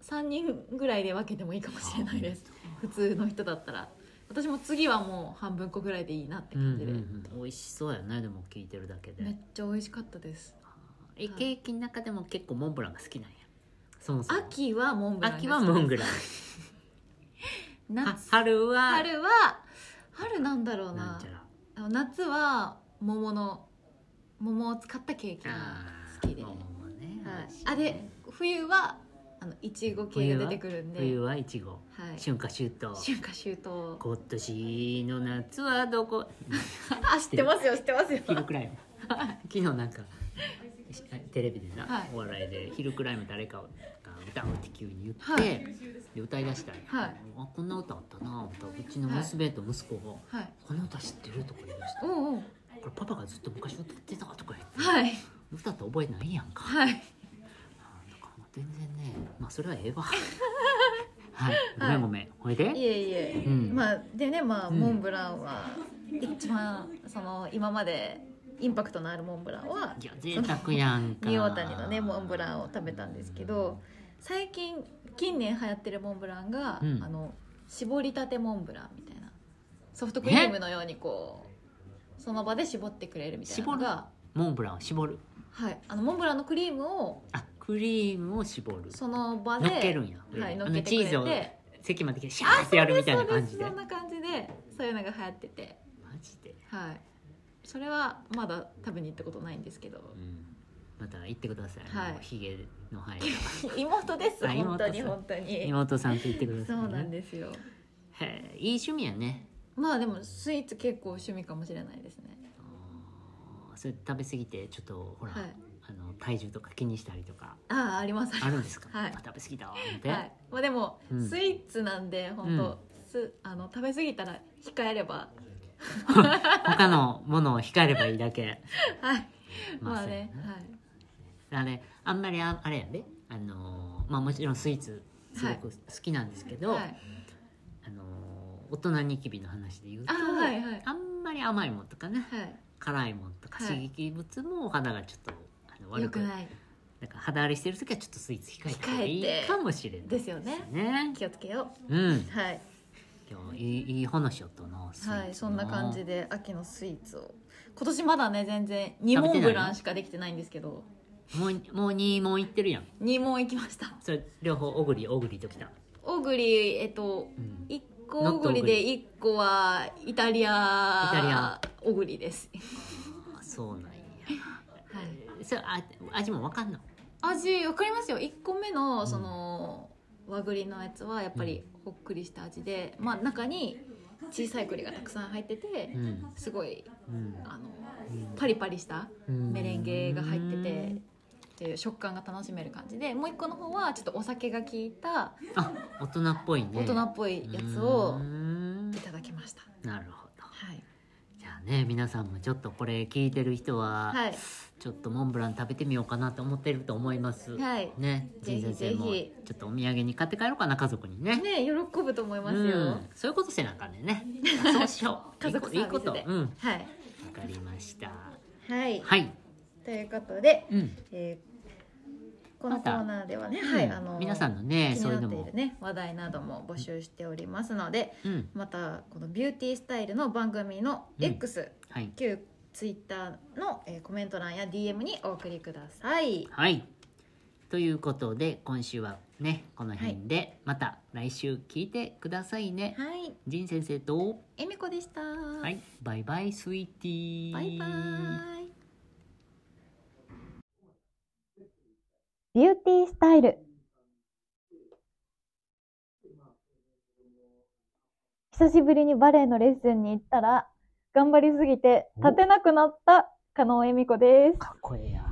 3人ぐらいで分けてもいいかもしれないです普通の人だったら私も次はもう半分個ぐらいでいいなってうんうん感じで、うん、美味しそうやねでも聞いてるだけでめっちゃ美味しかったですえケーキの中でも結構モンブランが好きなんやそもそも秋はモンブランが好き秋はモンブランは夏春は春は春なんだろなうんなちゃらあの夏は桃の桃を使ったケーキが好きで、あーはもうねい美味しいね、あで冬はあのいちご系が出てくるんで冬はいちごはい、春夏秋冬春夏秋冬今年の夏はどこあ知ってますよ知ってますよ 昼く らいも昨日なんかしテレビでな、はいお笑いで昼くらいも誰かが歌うって急に言って、はいで歌いだしたんやはいあこんな歌あったなぁ思ったらうちの娘と息子が、はいこの歌知ってる?」とか言いました「うこんうんれパパがずっと昔歌ってた」とか言って、はい歌って覚えないやんか、はい あなんかもう全然ねまあそれはええわはいごめんごめんほいでいえいえ、うんまあでねまあうんモンブランは一番その今までインパクトのあるモンブランはいや贅沢やんか仁王谷のねモンブランを食べたんですけど最近近年流行ってるモンブランが、うんあの絞りたてモンブランみたいなソフトクリームのようにこうその場で絞ってくれるみたいなのが、モンブランを絞るはい、あのモンブランのクリームをあクリームを絞るその場で乗っけるんやはい、あ乗っのけチーてズくれをて席まで来てシャーってやるみたいな感じでそうですそんマな感じでそういうのが流行っててジではいそれはまだ食べに行ったことないんですけどうんまた行ってくださいはいもうひげの生えた妹ですあ本当妹にさん本当に妹さんと行ってくださそいねうなんですよへえいい趣味やねまあでもスイーツ結構趣味かもしれないですねあーそれ食べ過ぎてちょっとほら、はいあの体重とか気にしたりとかああありますあるんですか、はいあ食べ過ぎたわ思って、はいまあでも、うんスイーツなんで本当、すあの食べ過ぎたら控えれば 他のものを控えればいいだけはいまあまあねそうやなあれあんまりああれやで、あのーまあ、もちろんスイーツすごく好きなんですけど、はいはいあのー大人ニキビの話で言うとあーはいはいあんまり甘いもんとかねはい辛いもんとかはい刺激物もお肌がちょっとあの悪良くくないなんか肌荒れしてる時はちょっとスイーツ控えた方がいい控えてかもしれないですよねね気をつけようんうはい今日いいいい話やったなスイーツのはい、そんな感じで秋のスイーツを今年まだね全然2問ブランしかできてないんですけどもうもう2問いってるやん2問行きましたそれ両方おぐりおぐりときた、オグリえっとうん、 1個オグリで1個はイタリアイタリアオグリです、あそうなんやはい、それあ味もわかんの味わかりますよ1個目のんその和栗のやつはやっぱりほっくりした味で、まあ中に小さい栗がたくさん入っててうんすごいうんあのパリパリしたメレンゲが入っててっていう食感が楽しめる感じでもう一個の方はちょっとお酒が効いたあ大人っぽいね大人っぽいやつをうーんいただきました、なるほどはい、じゃあね皆さんもちょっとこれ聞いてる人は、はいちょっとモンブラン食べてみようかなと思ってると思います、はいねぜ仁ひ先生もぜちょっとお土産に買って帰ろうかな家族にねね喜ぶと思いますよ、うん、そういうことせなあかんねん ねそうしよう家族いいことサいいこービスでとうんわはいかりましたはいはいということで、うんえーこのコーナーではね、またはいうんあの皆さんのね気そになってういいうのるもね話題なども募集しておりますのでうんまたこのビューティースタイルの番組の X、はい旧ツイッターの、えーコメント欄や DM にお送りください。はいということで今週はねこの辺で、また来週聞いてくださいねはい、仁先生とえみこでした。はは、いバイバイスイーティーバイバイ。ビューティースタイル。久しぶりにバレエのレッスンに行ったら、頑張りすぎて立てなくなった加納恵美子です。 かっこええやん。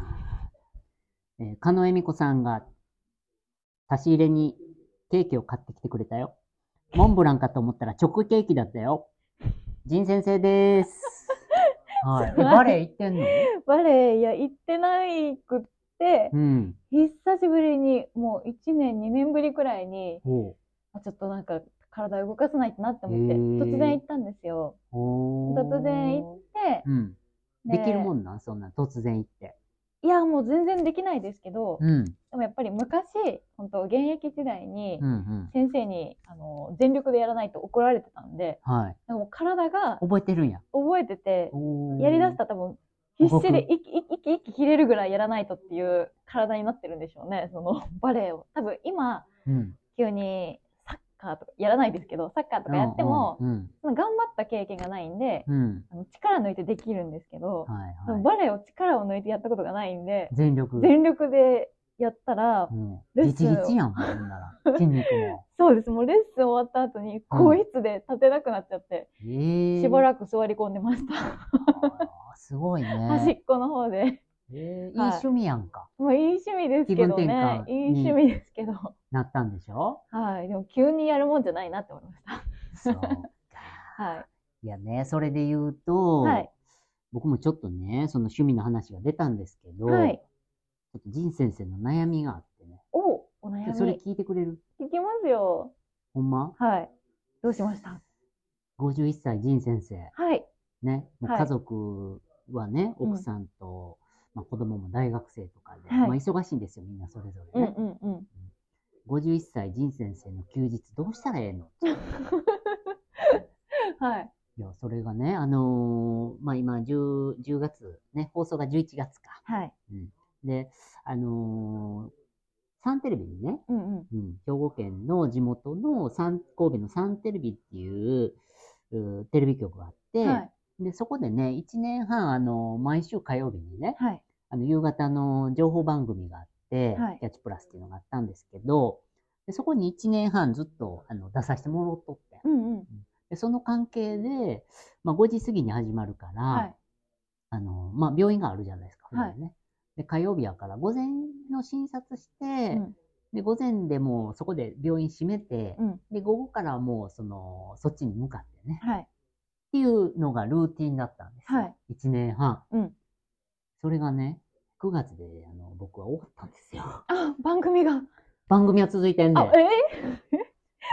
えー、狩野恵美子さんが差し入れにケーキを買ってきてくれたよ。モンブランかと思ったらチョコケーキだったよ。仁先生 です。はい。えすごいバレエ行ってんのバレエ、いや、行ってないくって、うん。久しぶりに、もう1年、2年ぶりくらいに、ほあちょっとなんか体動かさないとなって思へって、ー突然行ったんですよ。う。ほう突然行って、うん。できるもんんなんそんな突然行って。いや、もう全然できないですけど、うん。でもやっぱり昔、本当現役時代にうんうん。先生に、あの全力でやらないと怒られてたんで、はい。でも体が覚えてるんや。覚えてて、おーやりだしたら多分必死で息息息切れるぐらいやらないとっていう体になってるんでしょうね、その バレエを。多分今、うん。急にサッカーとかやらないですけど、サッカーとかやっても、うん。その頑張った経験がないんで、うん。あの力抜いてできるんですけどう、んはいでもはい。バレエを力を抜いてやったことがないんで、全力。全力でやったら、もう、レギッスチンギチやん、ほん なら。筋肉も。そうです。もうレッスン終わった後に、更衣室で立てなくなっちゃって、ええ。しばらく座り込んでました。あーすごいね。端っこの方で。えーいいはい趣味やんか。もういい趣味ですけど気分ね。転換いい趣味ですけど。なったんでしょはい。でも急にやるもんじゃないなって思いました。そう。はい。 いやね、それで言うと、はい僕もちょっとね、その趣味の話が出たんですけど、はい。ちょっと仁先生の悩みがあってね。おお悩み。それ聞いてくれる聞きますよ。ほんまはい。どうしました ?51 歳、仁先生。はい。ね、もうはい家族はね、うん奥さんと、まあ、子供も大学生とかで、はいまあ、忙しいんですよ、みんなそれぞうれんね。うんうん。 51歳、仁先生の休日どうしたらええのはい。いや、それがね、あのーまあ、今10、10月、ね、放送が11月か。はい。で、あのーサンテレビにね、うんうん。うん、兵庫県の地元のサン神戸のサンテレビっていううテレビ局があって、はい。でそこでね1年半あの毎週火曜日にねはい。あの夕方の情報番組があって、はいキャッチプラスっていうのがあったんですけどでそこに1年半ずっとあの出させてもらおうとってうんうん。でその関係で、まあ、5時過ぎに始まるから、はい。あのまあ、病院があるじゃないですか、はい普段ねで火曜日やから午前の診察して、うんで午前でもうそこで病院閉めて、うん。で午後からはもうそのそっちに向かってね はい。っていうのがルーティンだったんですよ、はい1年半、うんそれがね9月であの僕は終わったんですよ あ、番組が。番組は続いてんであ、え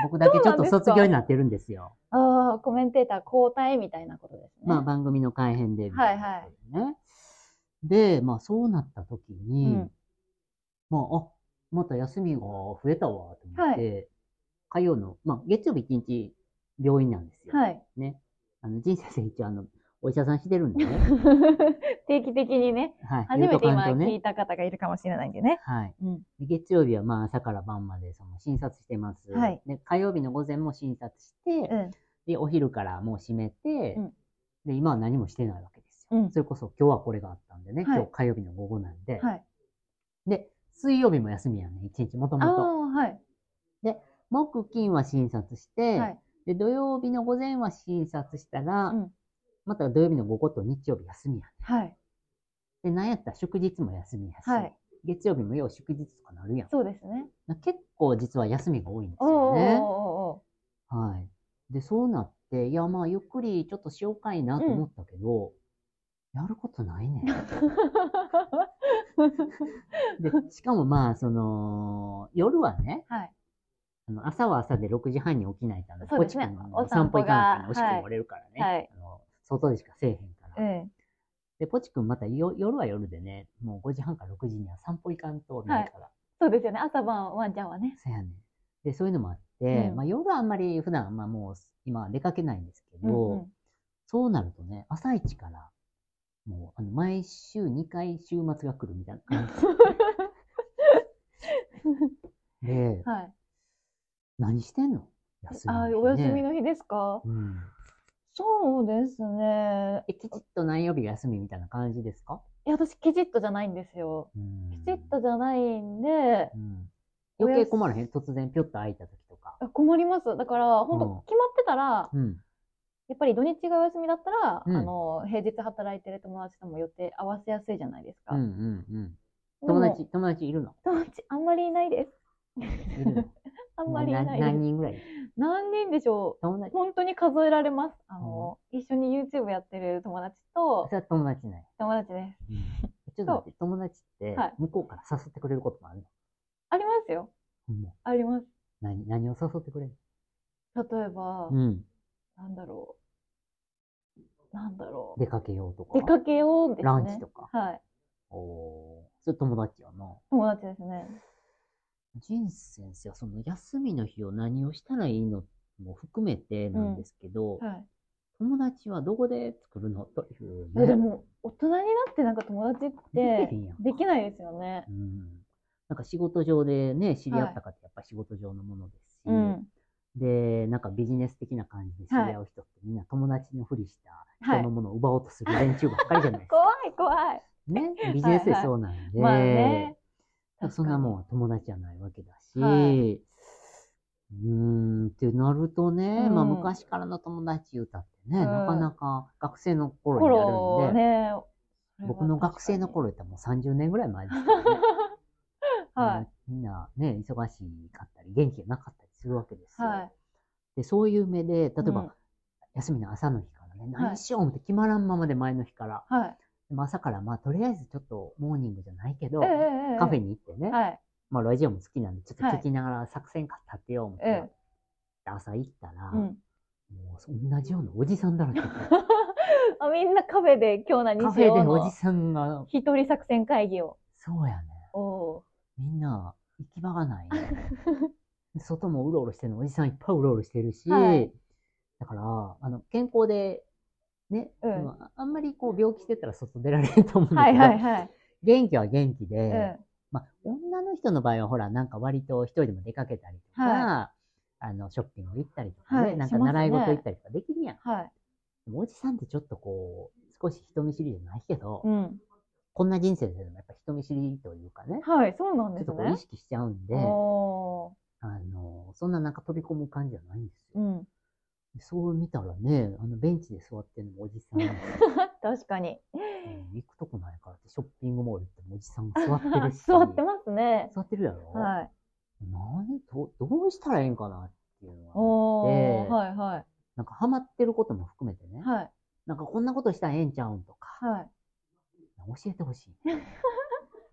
僕だけちょっそうなんとですか卒業になってるんですよー、ああ、コメンテーター交代みたいなことですね。まあ番組の改編で、、はいはいねでまあそうなった時に、うんまああまた休みが増えたわと思って、火曜の、まあ、月曜日1日病院なんですよ、はい。 ね。あの、仁先生一応あの、お医者さんしてるんでね。 定期的にね、はい。初めて言うと今かんと聞ね。いた方がいるかもしれないんでね。はい。うん。で月曜日はまあ朝から晩までその診察してます。はいで、火曜日の午前も診察して、うん。で、お昼からもう閉めて、うんで、今は何もしてないわけですよ。うんそれこそ今日はこれがあったんでね、はい今日火曜日の午後なんで。はい。で、水曜日も休みやね、一日もとああ、もと。はい。木、金は診察して、はい。で、土曜日の午前は診察したら、うんまた土曜日の午後と日曜日休みやね。はい。で、なんやったら祝日も休みやし、はい月曜日もよう祝日とかなるやん。そうですね。結構実は休みが多いんですおーおよね。ーおはい。で、そうなって、いや、まあ、ゆっくりちょっとしようかいなと思ったけど、やることないね。 ーおーおー。 で、しかもまあ、その、夜はね、はい。あの朝は朝で6時半に起きないと、あのそうポでチす君ねのおお散散歩歩行かがなきゃおしくも折れるからね、はいはいあの、外でしかせえへんから。うん。で、ポチ君またよ夜は夜でね、もう5時半から6時には散歩行かんとないから、そうですよね。朝晩ワンちゃんはね。そうやねん。で、そういうのもあって、うんまあ夜はあんまり普段、まあもう今は出かけないんですけど、うんうん。そうなるとね、朝一から、もうあの毎週2回週末が来るみたいな感 じで、はい。何してんの休みのあ日ねーお休みの日ですかうん。そうですね。え、きちっと何曜日が休みみたいな感じですかいや、私、ケチッとじゃないんですよ。うんケチッとじゃないんで、うん。おやす余計困らへん突然ぴょっと空いた時とか。困ります。だから、本うん当決まってたら、うん。やっぱり土日がお休みだったら、うんあの、平日働いてる友達とも予定合わせやすいじゃないですか。うんうんうん。で友も達、友達いるの友達、あんまりいないです。いるの あんまりいないで何す。何人ぐらい人でしょ友達う本当に数えられます。あの、一緒に YouTube やってる友達とそ、れは友達ない。友達です。ちょっと待って、友達ってはい向こうから誘ってくれることもあるの、ありますよ。ほんまあります。何何を誘ってくれる例えば、ん。なんだろう。なんだろう。出かけようとか。出かけようですね。ランチとか。はい。おーそれ友達やな。友達ですね。仁先生はその休みの日を何をしたらいいのも含めてなんですけど、はい。友達はどこで作るのという、いやでも、大人になってなんか友達っでてきへんやんできないですよね。うん。なんか仕事上でね、知り合った方ってやっぱ仕事上のものですし、うん。で、なんかビジネス的な感じで知り合う人ってみんな友達のふりしたは人いの。ものを奪おうとする連中ばっかりじゃないですか。怖い怖い。ね、ビジネスでそうなんで、まあね。そんなもんは友達じゃないわけだし、はいうーんってなるとね、うんまあ昔からの友達言うたってね、うんなかなか学生の確頃かに。になる頃んで、ね。僕の学生の頃言ったらもう30年ぐらい前ですよね はみんなね、忙しかったり、元気がなかったりするわけですい。よ。はい。でそういう目で、例えば、うん休みの朝の日からね、はい何しようって決まらんままで前の日から、はい。でも朝からまあとりあえずちょっとモーニングじゃないけど、ええええカフェに。に行ってね、はい。まあ、ラジオも好きなんで、ちょっと聞きながら作戦立てようみたいな。ええ朝行ったら、うん。 もう同じようなおじさんだらけ。あ、みんなカフェで今日カ何フしよェうでおじの。さんが、一人作戦会議を。そうやね。おうみんな、行き場がないね。 外もうろうろしてるの、おじさんいっぱいうろうろしてるし、はいだから、あの、健康で、ね、うんでもああんまりこう病気してたら外出られると思うんだはけいど、は いはい。元気は元気で、うん。まあ、女の人の場合はほら、なんか割と一人でも出かけたりとか、はあの、ショッピング行ったりとかね、はいなんしかますね習い事行ったりとかできるやん。はい。でもおじさんってちょっとこう、少し人見知りじゃないけど、うん。こんな人生でもやっぱ人見知りというかね、はい、そうなんちょでっすとこうね意。識しちゃうんで、おあの、そんななんか飛び込む感じじゃないんですーうよ。ん。 そう見たらね、あのベンチで座ってるのもおじ さん、確かに。うん行くとこないからってショッピングモール行ってもおじさんが座ってる し。座ってますね。座ってるやろ、はい。なんどどうしたらいいんかなっていうのは、おー、ではいはなんかハマってることも含めてね、い。はい。なんかこんなことしたらええんちゃうんとか、はい。教えてほしい。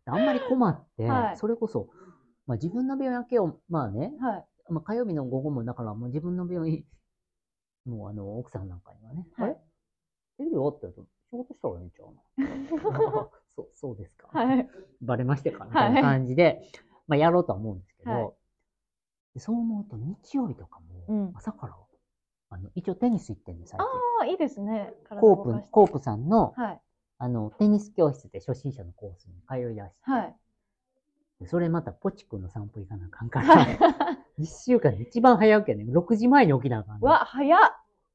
あんまり困って、 はいそれこそ、まあ、自分の病院だけを、まあね、はい。まあ、火曜日の午後もだからもう自分の病院、もうあの奥さんなんかにはね、はいあれテレビ終わったら仕事したらええんちゃうの そうそうですか、はい。バレましたかみはたいいな感じで、まあ、やろうとは思うんですけど、はいでそう思うと日曜日とかも、うん朝からあの一応テニス行ってんで最近ああ、いいですね。体コを動ーかプしてコープさんのはい。あのテニス教室で初心者のコースに通い出して、はい。でそれまたポチ君の散歩行かなあかんから、は1週間で 一番早起きやね6時前に起きなあかんねい。わ、早っ。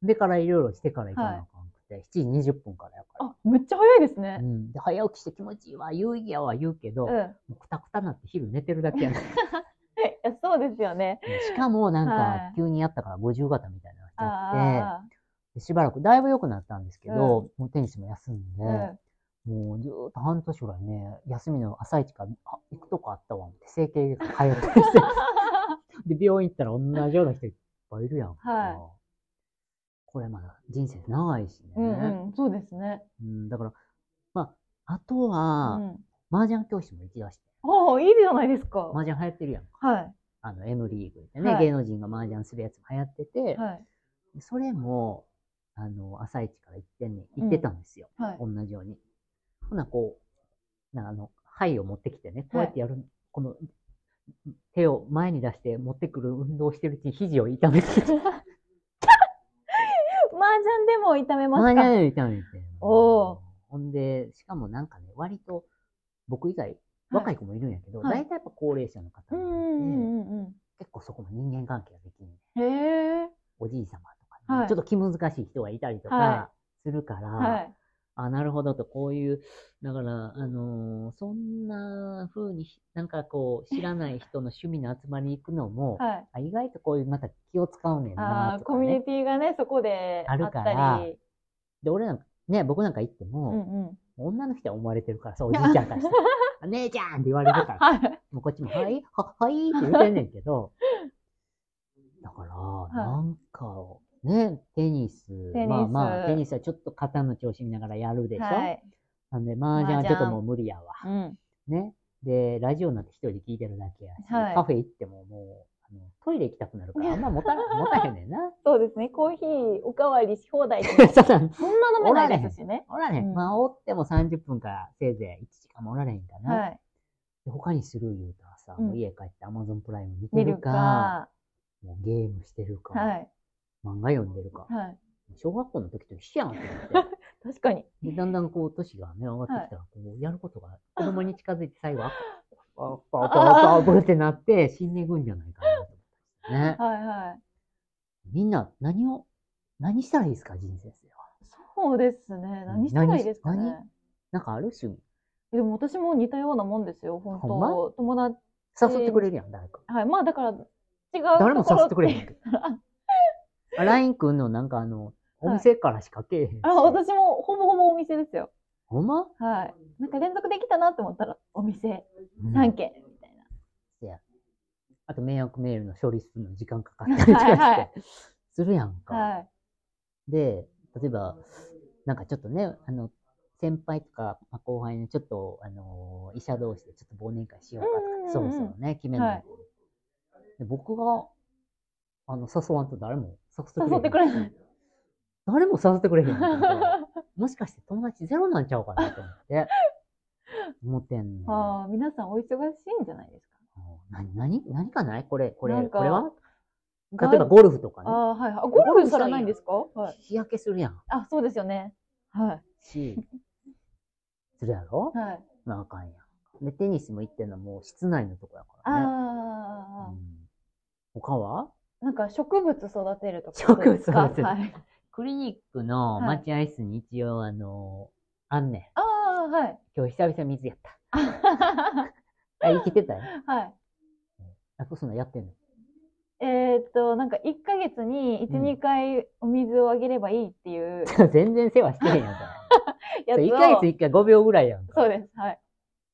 でからいろいろしてから行かなあかんくて、7時20分からやから。あ、むっちゃ早いですうね。ん、で早起きして気持ちいいわ、有意義やわ言うけど、うん。もいうくたくたなって昼寝てるだけやねん うんやそうですよね。しかもなんはかい急にやったから50型みたいなのしちゃっあて、しばらくだいぶ良くなったんですけど、もうテニスも休んで、あ、うん。もうずーっと半年ぐらいね、休みの朝一から、あ、行くとこあったわ、って整形外科通った りして。で、病院行ったら同じような人いっぱいいるやんか。はいこれまだ人生長いしね。うんうん、そうですね。うん、だから、まあ、あとうは、ん。麻雀教室も行きだして。おーいいじゃないですか。は麻雀流行ってるやんか。い。あの、M リーグでね、はい芸能人が麻雀するやつも流行ってて、はい。それも、あの、朝一から行ってんね、行ってたんですよ。はい。同じように。ほな、こう、なんかあの、牌を持ってきてね、こうやってやる、この、手を前に出して持ってくる運動をしてるうちに肘を痛め て、麻雀でも痛めます前かに痛めて。おーほんで、しかもなんかね、割と、僕以外、若い子もいるんやけど、はい大体やっぱ高齢者の方うがん多ういんんでうんう結構そこも人間関係ができる、ん。へえ。おじい様とかね、はいちょっと気難しい人がいたりとはかするから、はい。あ、なるほどと、こういう、だから、あのーそんな風に、なんかこう、知らない人の趣味の集まりに行くのも、 はい。あ意外とこういうまた気を使うねんあなあ、とコか、ミュねニ。ティがね、そこでああっるかたらり。で、俺なんか、ね、僕なんか行ってうんも、うん。女の人は思われてる からさ、おじいちゃんからしたらあ姉ちゃんって言われるから、はい。もうこっちも、はい、は、はいって言ってんねんけど、 だから、なんか、ね、テニス、テニスまあまあ、テニスはちょっと肩の調子見ながらやるでしょ、はい。なんで、麻雀はちょっともう無理やわ。うん。ね。で、ラジオなんて一人で聞いてるだけやし、はいカフェ行ってももう、あのトイレ行きたくなるから、あんま持たな持たへんねんな。そうですね。コーヒーおかわりし放題ってそうなんそんな飲めないですしね。おられへん。うんまあ、おっても30分からせいぜい1時間もおられへんかな。はい。で他にする言うたらさ、うんもう家帰って Amazon プライム見て出るるか、か。もうゲームしてるか、はい。漫画読んでるか、はい。小学校の時と一緒やんって思って。確かに。で、だんだんこう、年がね、上がってきたら、こう、やることが、子供に近づいて最後、あパパパパパってなって、死んでいくんじゃないかなと思ったんですね。はいはい。みんな、何を、何したらいいですか、人生ですよ。そうですね。何したらいいですかね。何なんかある趣味。でも私も似たようなもんですよ、本ほんま当。友達、誘ってくれるやん、誰か。はい。まあだから、違う誰もところ誘ってくれへんけど。あ LINE くんのなんかあの、お店からしかけえへんし。 あ、私もほぼほぼお店ですよ。ほんまはい。なんか連続できたなって思ったら、お店うん3軒みたいあと迷惑メールの処理するのに時間かかったりとかして、はいはいするやんか。な。はい。で、例えば、なんかちょっとね、あの、先輩とかまあ後輩のちょっと、あの医者同士でちょっと忘年会しようかとか、うんうんうんそろそろね、決めないと、で僕があの、誘わんと誰も誘ってくれへん。誘ってくれない。誰も誘ってくれへんやんけど。もしかして友達ゼロなんちゃうかなと思って。思ってんのよ。 ああ、皆さんお忙しいんじゃないですか。何、何、何かないこれ、これ、なんかこれはガ例えばゴルフとかあね。あ、はいはい。あ、ゴルフされないんですかはい。日焼けするやん。あ、そうですよね。は し、するやろい。はい。まああかんやん。で、テニスも行ってんのはもう室内のとこやからね。あうん他はあ、なんか植物育てるとか。植物育てるはい。クリニックのはい待合室に一応、あの、あんねん。ああ、はい。 今日久々水やった。あ、生きてたよ。はい。あ、そんなんや ってんの。えーっと、なんか1ヶ月に1、うん2回お水をあげればいいって いう全然世話してへんやんか。そやつれを。 1ヶ月1回5秒ぐらいやんか。そうです。はい。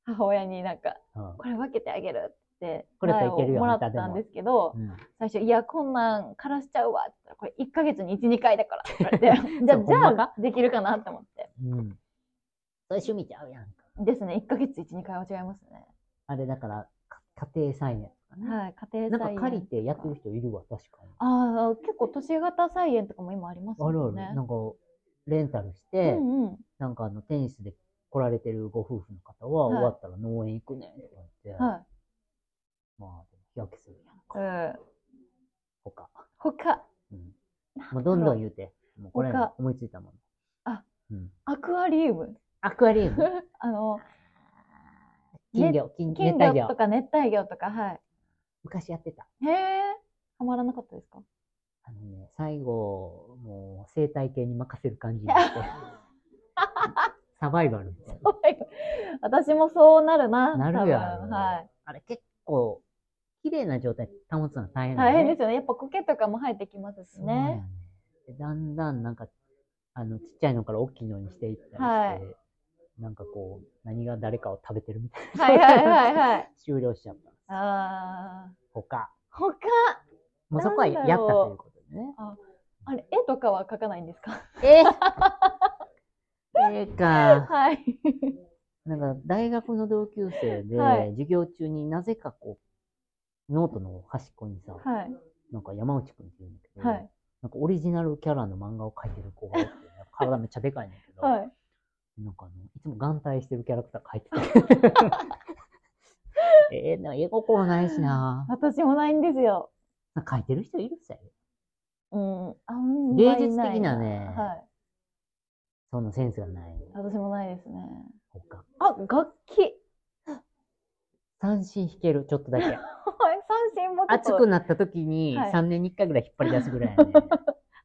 母親になんか、うんこれ分けてあげるって、これやったらいけるよ苗をもらっあんたでたもんですけど、うん。最初、いや、こんなん枯らしちゃうわって言ったら、これ1ヶ月に1、2回だからって言われて、じゃ そうほあ、んまじゃあ、できるかなって思って。うん。それ趣味ちゃうやんか。ですね、1ヶ月1、2回は違いますね。あれだから、か家庭菜園。はい、家庭なん菜園。か借りてやってる人いるわ、確かに。ああ、結構都市型菜園とかも今ありますあもんるある。ね。なんか、レンタルしうて、んうん。なんかあの、テニスで来られてるご夫婦の方は、はい終わったら農園行くねんって言って、はい。まあ、日焼けするやんうか。ん、他。他、うん。もうどんどん言うて、もうこれ他思いついたもん。あ、うん。アクアリウム。アクアリウム。あの、 金魚、金金熱帯魚とか熱帯魚とか、は昔やってた。い。へえ、はまらなかったですか あのね、最後、もう生態系に任せる感じにな って。サバイバルみたいな。私もそうなるな。なるや多ん。分はい。あれ結構、綺麗な状態保つのは大変だね。大変ですよね。やっぱ苔とかも生えてきますしそうやねね。。でだんだんなんか、あの、ちっちゃいのから大きいのにしていったりして、はいなんかこう、何が誰かを食べてるみたいな。はいはいはいはい。 終了しちゃった。あー。他。他、もうそこはやったなんだろうということでね。あれ、絵とかは描かないんですかえー、ええか。 はい。なんか、大学の同級生で、はい授業中になぜかこう、ノートの端っこにさ、はい。なんか山内くんって言うんだけど、はい。なんかオリジナルキャラの漫画を描いてる子がおって、体めっちゃでかいんだけど、はい。なんかあの、いつも眼帯してるキャラクター描いてた。 ええな、絵心ないしな。私もないんですよ。なんか描いてる人いるっすよ。うん。あんま芸り術ない的なね、はい。そのセンスがない。私もないですね。他あ、楽器。三振弾ける、ちょっ とだけ。はい。三振もちょっ熱とくなった時にはい3年に1回ぐらい引っ張り出すぐらい やね。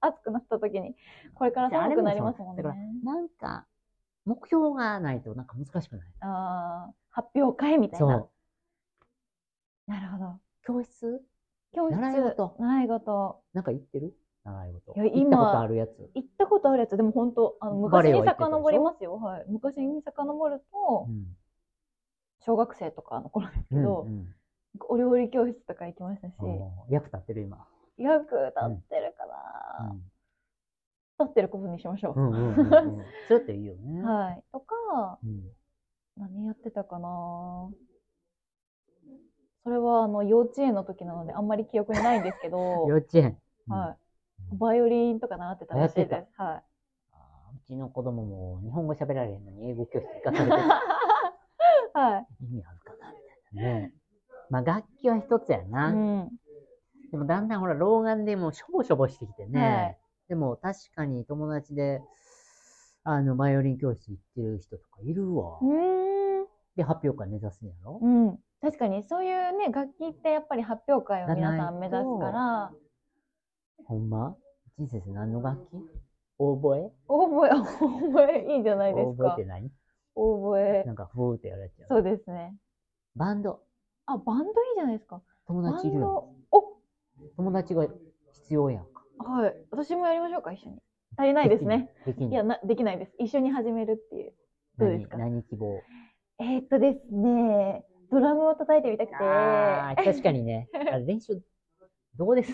暑くなった時に、これから寒くなりますもんねだ。から、なんか、目標がないとなんか難しくないあー発表会みたいそなう。。なるほど。教室教室。習い事習い事。なんか行ってる習い事。いや行ったことあるやつ。行ったことあるやつ、でも本当、あのバレエは昔に行ってたでしょ遡りますよ。はい。昔に遡るとう、ん。小学生とかの頃ですけうんど、うん お料理教室とか行きましたし、おー役立ってる今。よく立ってるかうな、ん立ってることにしましょうう。んうんうんうん。そうやっていいよね。はい。とか、うん何やってたかなそれは、あの、幼稚園の時なので、あんまり記憶にないんですけど、幼稚園。はいい。バイオリンとか習ってたらしいやっです。はあーうちの子供も日本語喋られへんのに英語教室行か されてるい。はい。意味あるかなみたいなね。まあ楽器は一つやうな。ん。でもだんだんほら、老眼でもうしょぼしょぼしてきてね。はいでも確かに友達で、あの、バイオリン教室行ってる人とかいるわ。うで、発表会目指すんやろーん。うん。確かに、そういうね、楽器ってやっぱり発表会を皆さん目指すがかなら、ほんま人生で何の楽器オーボエ大覚え、大覚えいいじゃないでオーすボエっかて。何大覚えな。んかふーってやられちゃう。そうですね。バンド。あ、バンドいいじゃないですか。友バ達いるンよ。ド、お友達が必要やんか。はい。私もやりましょうか、一緒に。足りないですね。できんの。できんいのや、な、できないです。一緒に始めるっていう。どうですか何何希望えー、っとですね、ドラムを叩いてみたくて、あー確かにね。あれ練習、どうです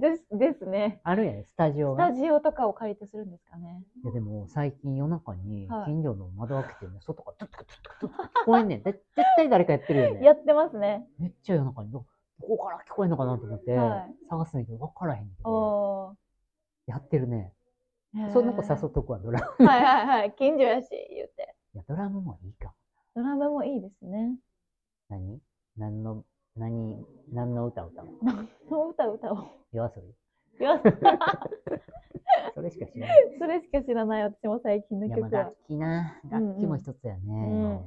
です、ですね。あるやん、スタジオスが。タいジオとかを借りてするんですかね。やでも、最近夜中にはい近所の窓開けてね、外からトゥットゥットゥットゥットゥットゥッ聞こえんねん。だ絶対誰かやってるよね。やってますね。めっちゃ夜中に、どここから聞こえんのかなと思って、はい探すんだけど、分からへんねんけど、おやってるね。ー。そんな子誘っとくわ、ドラム。て。はいはいはい。近所やし、言うて。いや、ドラムもいいか。ドラムもいいですね。何何の、何、何の歌歌うのその歌歌おう。夜遊び 夜それしか知らない。それしか知らない、私も最近のいや、まあ曲は楽。器な。うんうん楽器も一つやね。ん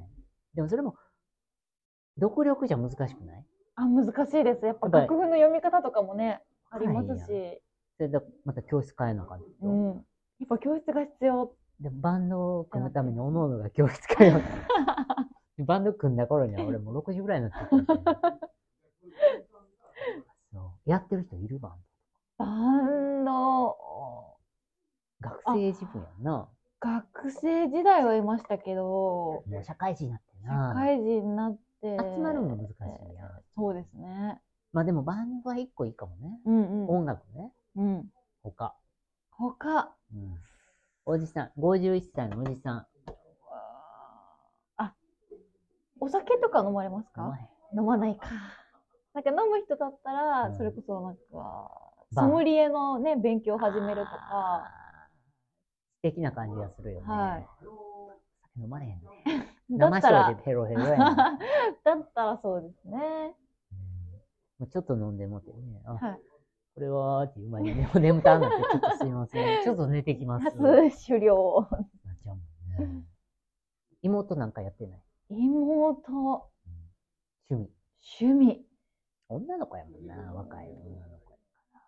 でもそれも、独力じゃ難しくないあ、難しいです。やっやぱっぱり楽譜の読み方とかもね、ありますはいし。それで、また教室変えなあかんと。うん。やっぱ教室が必要。でもバンドを組むために、おのおのが教室通う。 でバンド組んだ頃には俺もう6時ぐらいになってたんだよねそう。やってる人いるバンバンド、ド。学生自分やんな。学生時代はいましたけど、もう社会人になって社な。会人になって。集まるのが難しいな。そうですね。まあでもバンドは一個いいかもね。うんうん。音楽ね。うん。他。他、うん。おじさん、51歳のおじさん。あ、お酒とか飲まれますおか前飲まないか。なんか飲む人だったら、うんそれこそなんか、バーソムリエのね、勉強を始めるとか、。素敵な感じがするよね。はい酒飲まれへんね。だっ生た酒らで、ヘロヘロやな。うん だったらそうですね。もうちょっと飲んでもってね。あ、はい。これはーって言う前に、で も眠たんなって、ちょっとすいません。ちょっと寝てきます。なっ初狩猟。ちゃうもんね。妹なんかやってない。妹、趣味。趣味。女の子やもんな、若い女の子やか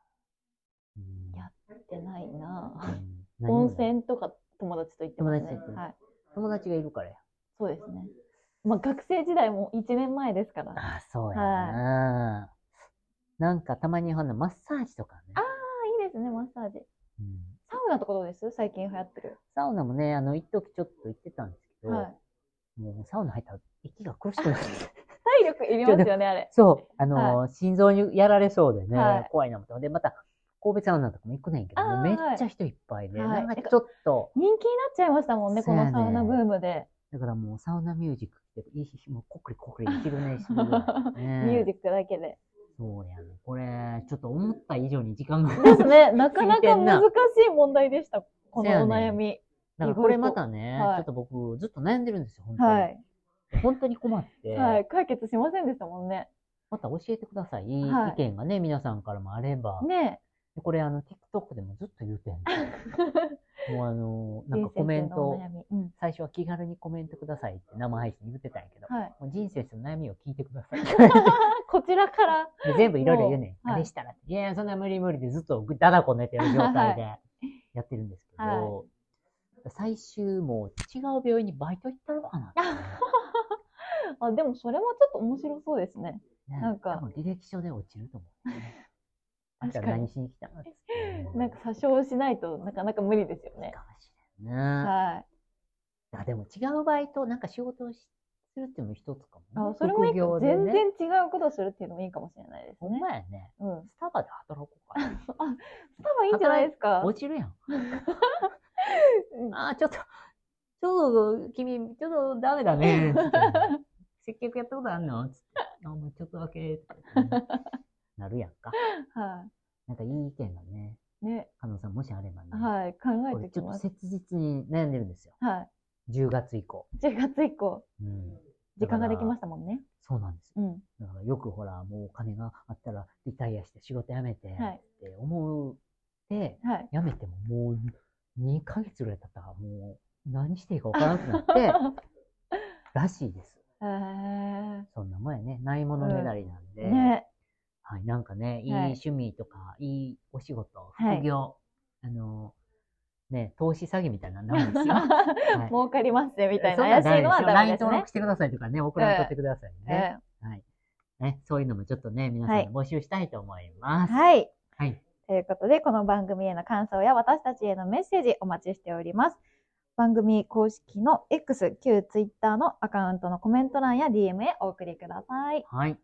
ら。やってないな。うん何も温泉とか友達と行ってますね友達と行っ。てはい。友達がいるからや。そうですね。まあ学生時代も1年前ですから。あああ、そうやな。なんかたまにほんのマッサージとかね。いいですね、マッサージ。うんサウナとかどうです最近流行ってる。サウナもね、あの、一時ちょっと行ってたんですけど、はい。もうサウナ入ったら息が苦しくなって。体力いりますよね、あれ。 そう、あのー心臓にやられそうでね、はい怖いなと思って。で、また、神戸サウナとかも行くねんけど、あーもうめっちゃ人いっぱいで、はいなんかちょっと、人気になっちゃいましたもんね、そこうやのねサウナブームで。だからもうサウナミュージックって、いい日、もうこくりこくり昼寝してるぐらい、ね。 ミュージックだけで。そうやね。これ、ちょっと思った以上に時 間が。ですね、なかな聞いてかんな難しい問題でした、このお悩み。だからこれまたね、はいちょっと僕、ずっと悩んでるんですよ、本当に。はい。本当に困って、はい。解決しませんでしたもんね。また教えてください。はい意見がね、皆さんからもあれば。ねでこれ、あの、TikTok でもずっと言うてん の。もうあの、え。 なんかコメント人生を、のお悩みうん。最初は気軽にコメントくださいって生配信言ってたんやけど、はい。 もう人生の悩みを聞いてください。こちらから。で全部いろいろ言うねん。はいあれしたらって。いやいや、そんな無理無理でずっとぐだだこ寝てる状態でやってるんですけど、は最終もう違う病院にバイト行ったろか なってあ、でもそれもちょっと面白そうですね。ねなんか多分履歴書で落ちると思う、 ね。あん確かたに何しに来たのってなんか詐称しないとなかなか無理ですよね。かもしれんね。はい。あでも違うバイト、なんか仕事をしするっていうのも一つかも、あね。それもいい副業か、でね全然違うことするっていうのもいいかもしれないですほんね。まやね。うん。スタバで働こうか な。多分いいんじゃないですか。落ちるやん。あーちょっと、ちょっと、君、ちょっとダメだ ね。つって接客やったことあんのつって。あ、もうちょっとだけ。 とか言ってねなるやんか。はなんかいい意見がね、い。ね。加納さんもしあればね。はい。考こえれてちきょっまとす。切実に悩んでるんですよ。は10月以降。い。10月以降、うん。時間ができまししたもんね。そうなんですよ。うん。だからよくほら、もうお金があったらリタイアして仕事辞めて、はいって思うで、はい。辞めてももう2ヶ月ぐらい経ったらもう何していいか分からなくなっ て、らしいです。へーそんなもんやね。ないものねだりなんで、ね。はい、なんかね、いいはい趣味とか、いいお仕事、はい副業、あの、ね、投資詐欺みたいなのなん ですよ。はい儲かりますね、みたいそんな。んダ怪しメいのはですよダ LINE メです登ね録。してくださいとかね、送られとってくださいね。えね、そういうのもちょっとね、皆さんに募集したいと思いまえす。はい。はい。ということで、この番組への感想や私たちへのメッセージお待ちしております。番組公式の X、旧 Twitter のアカウントのコメント欄や DM へお送りください。はい。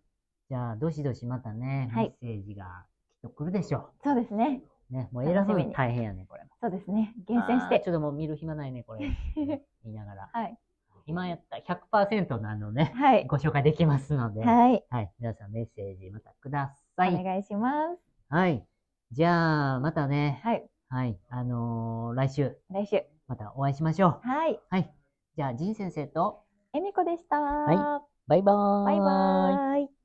じゃあ、どしどしまたね、はメいッセージがきっと来るでしょそうですね。う。ね、もう偉そう楽しみにに大変やね、これも。そうですね。厳選しあーて。 ちょっともう見る暇ないね、これ。言いながら。はい。今やったら100%なのね、はい。ご紹介できますので、はい、はい。皆さんメッセージまたくだおさい。願いします。はい。じゃあ、またね、はい。はい、あのー来週、来週。またお会いしましょはい。う。はい。じゃあ、仁先生と、えみこでした。はいバイバーイ。バイバーイ。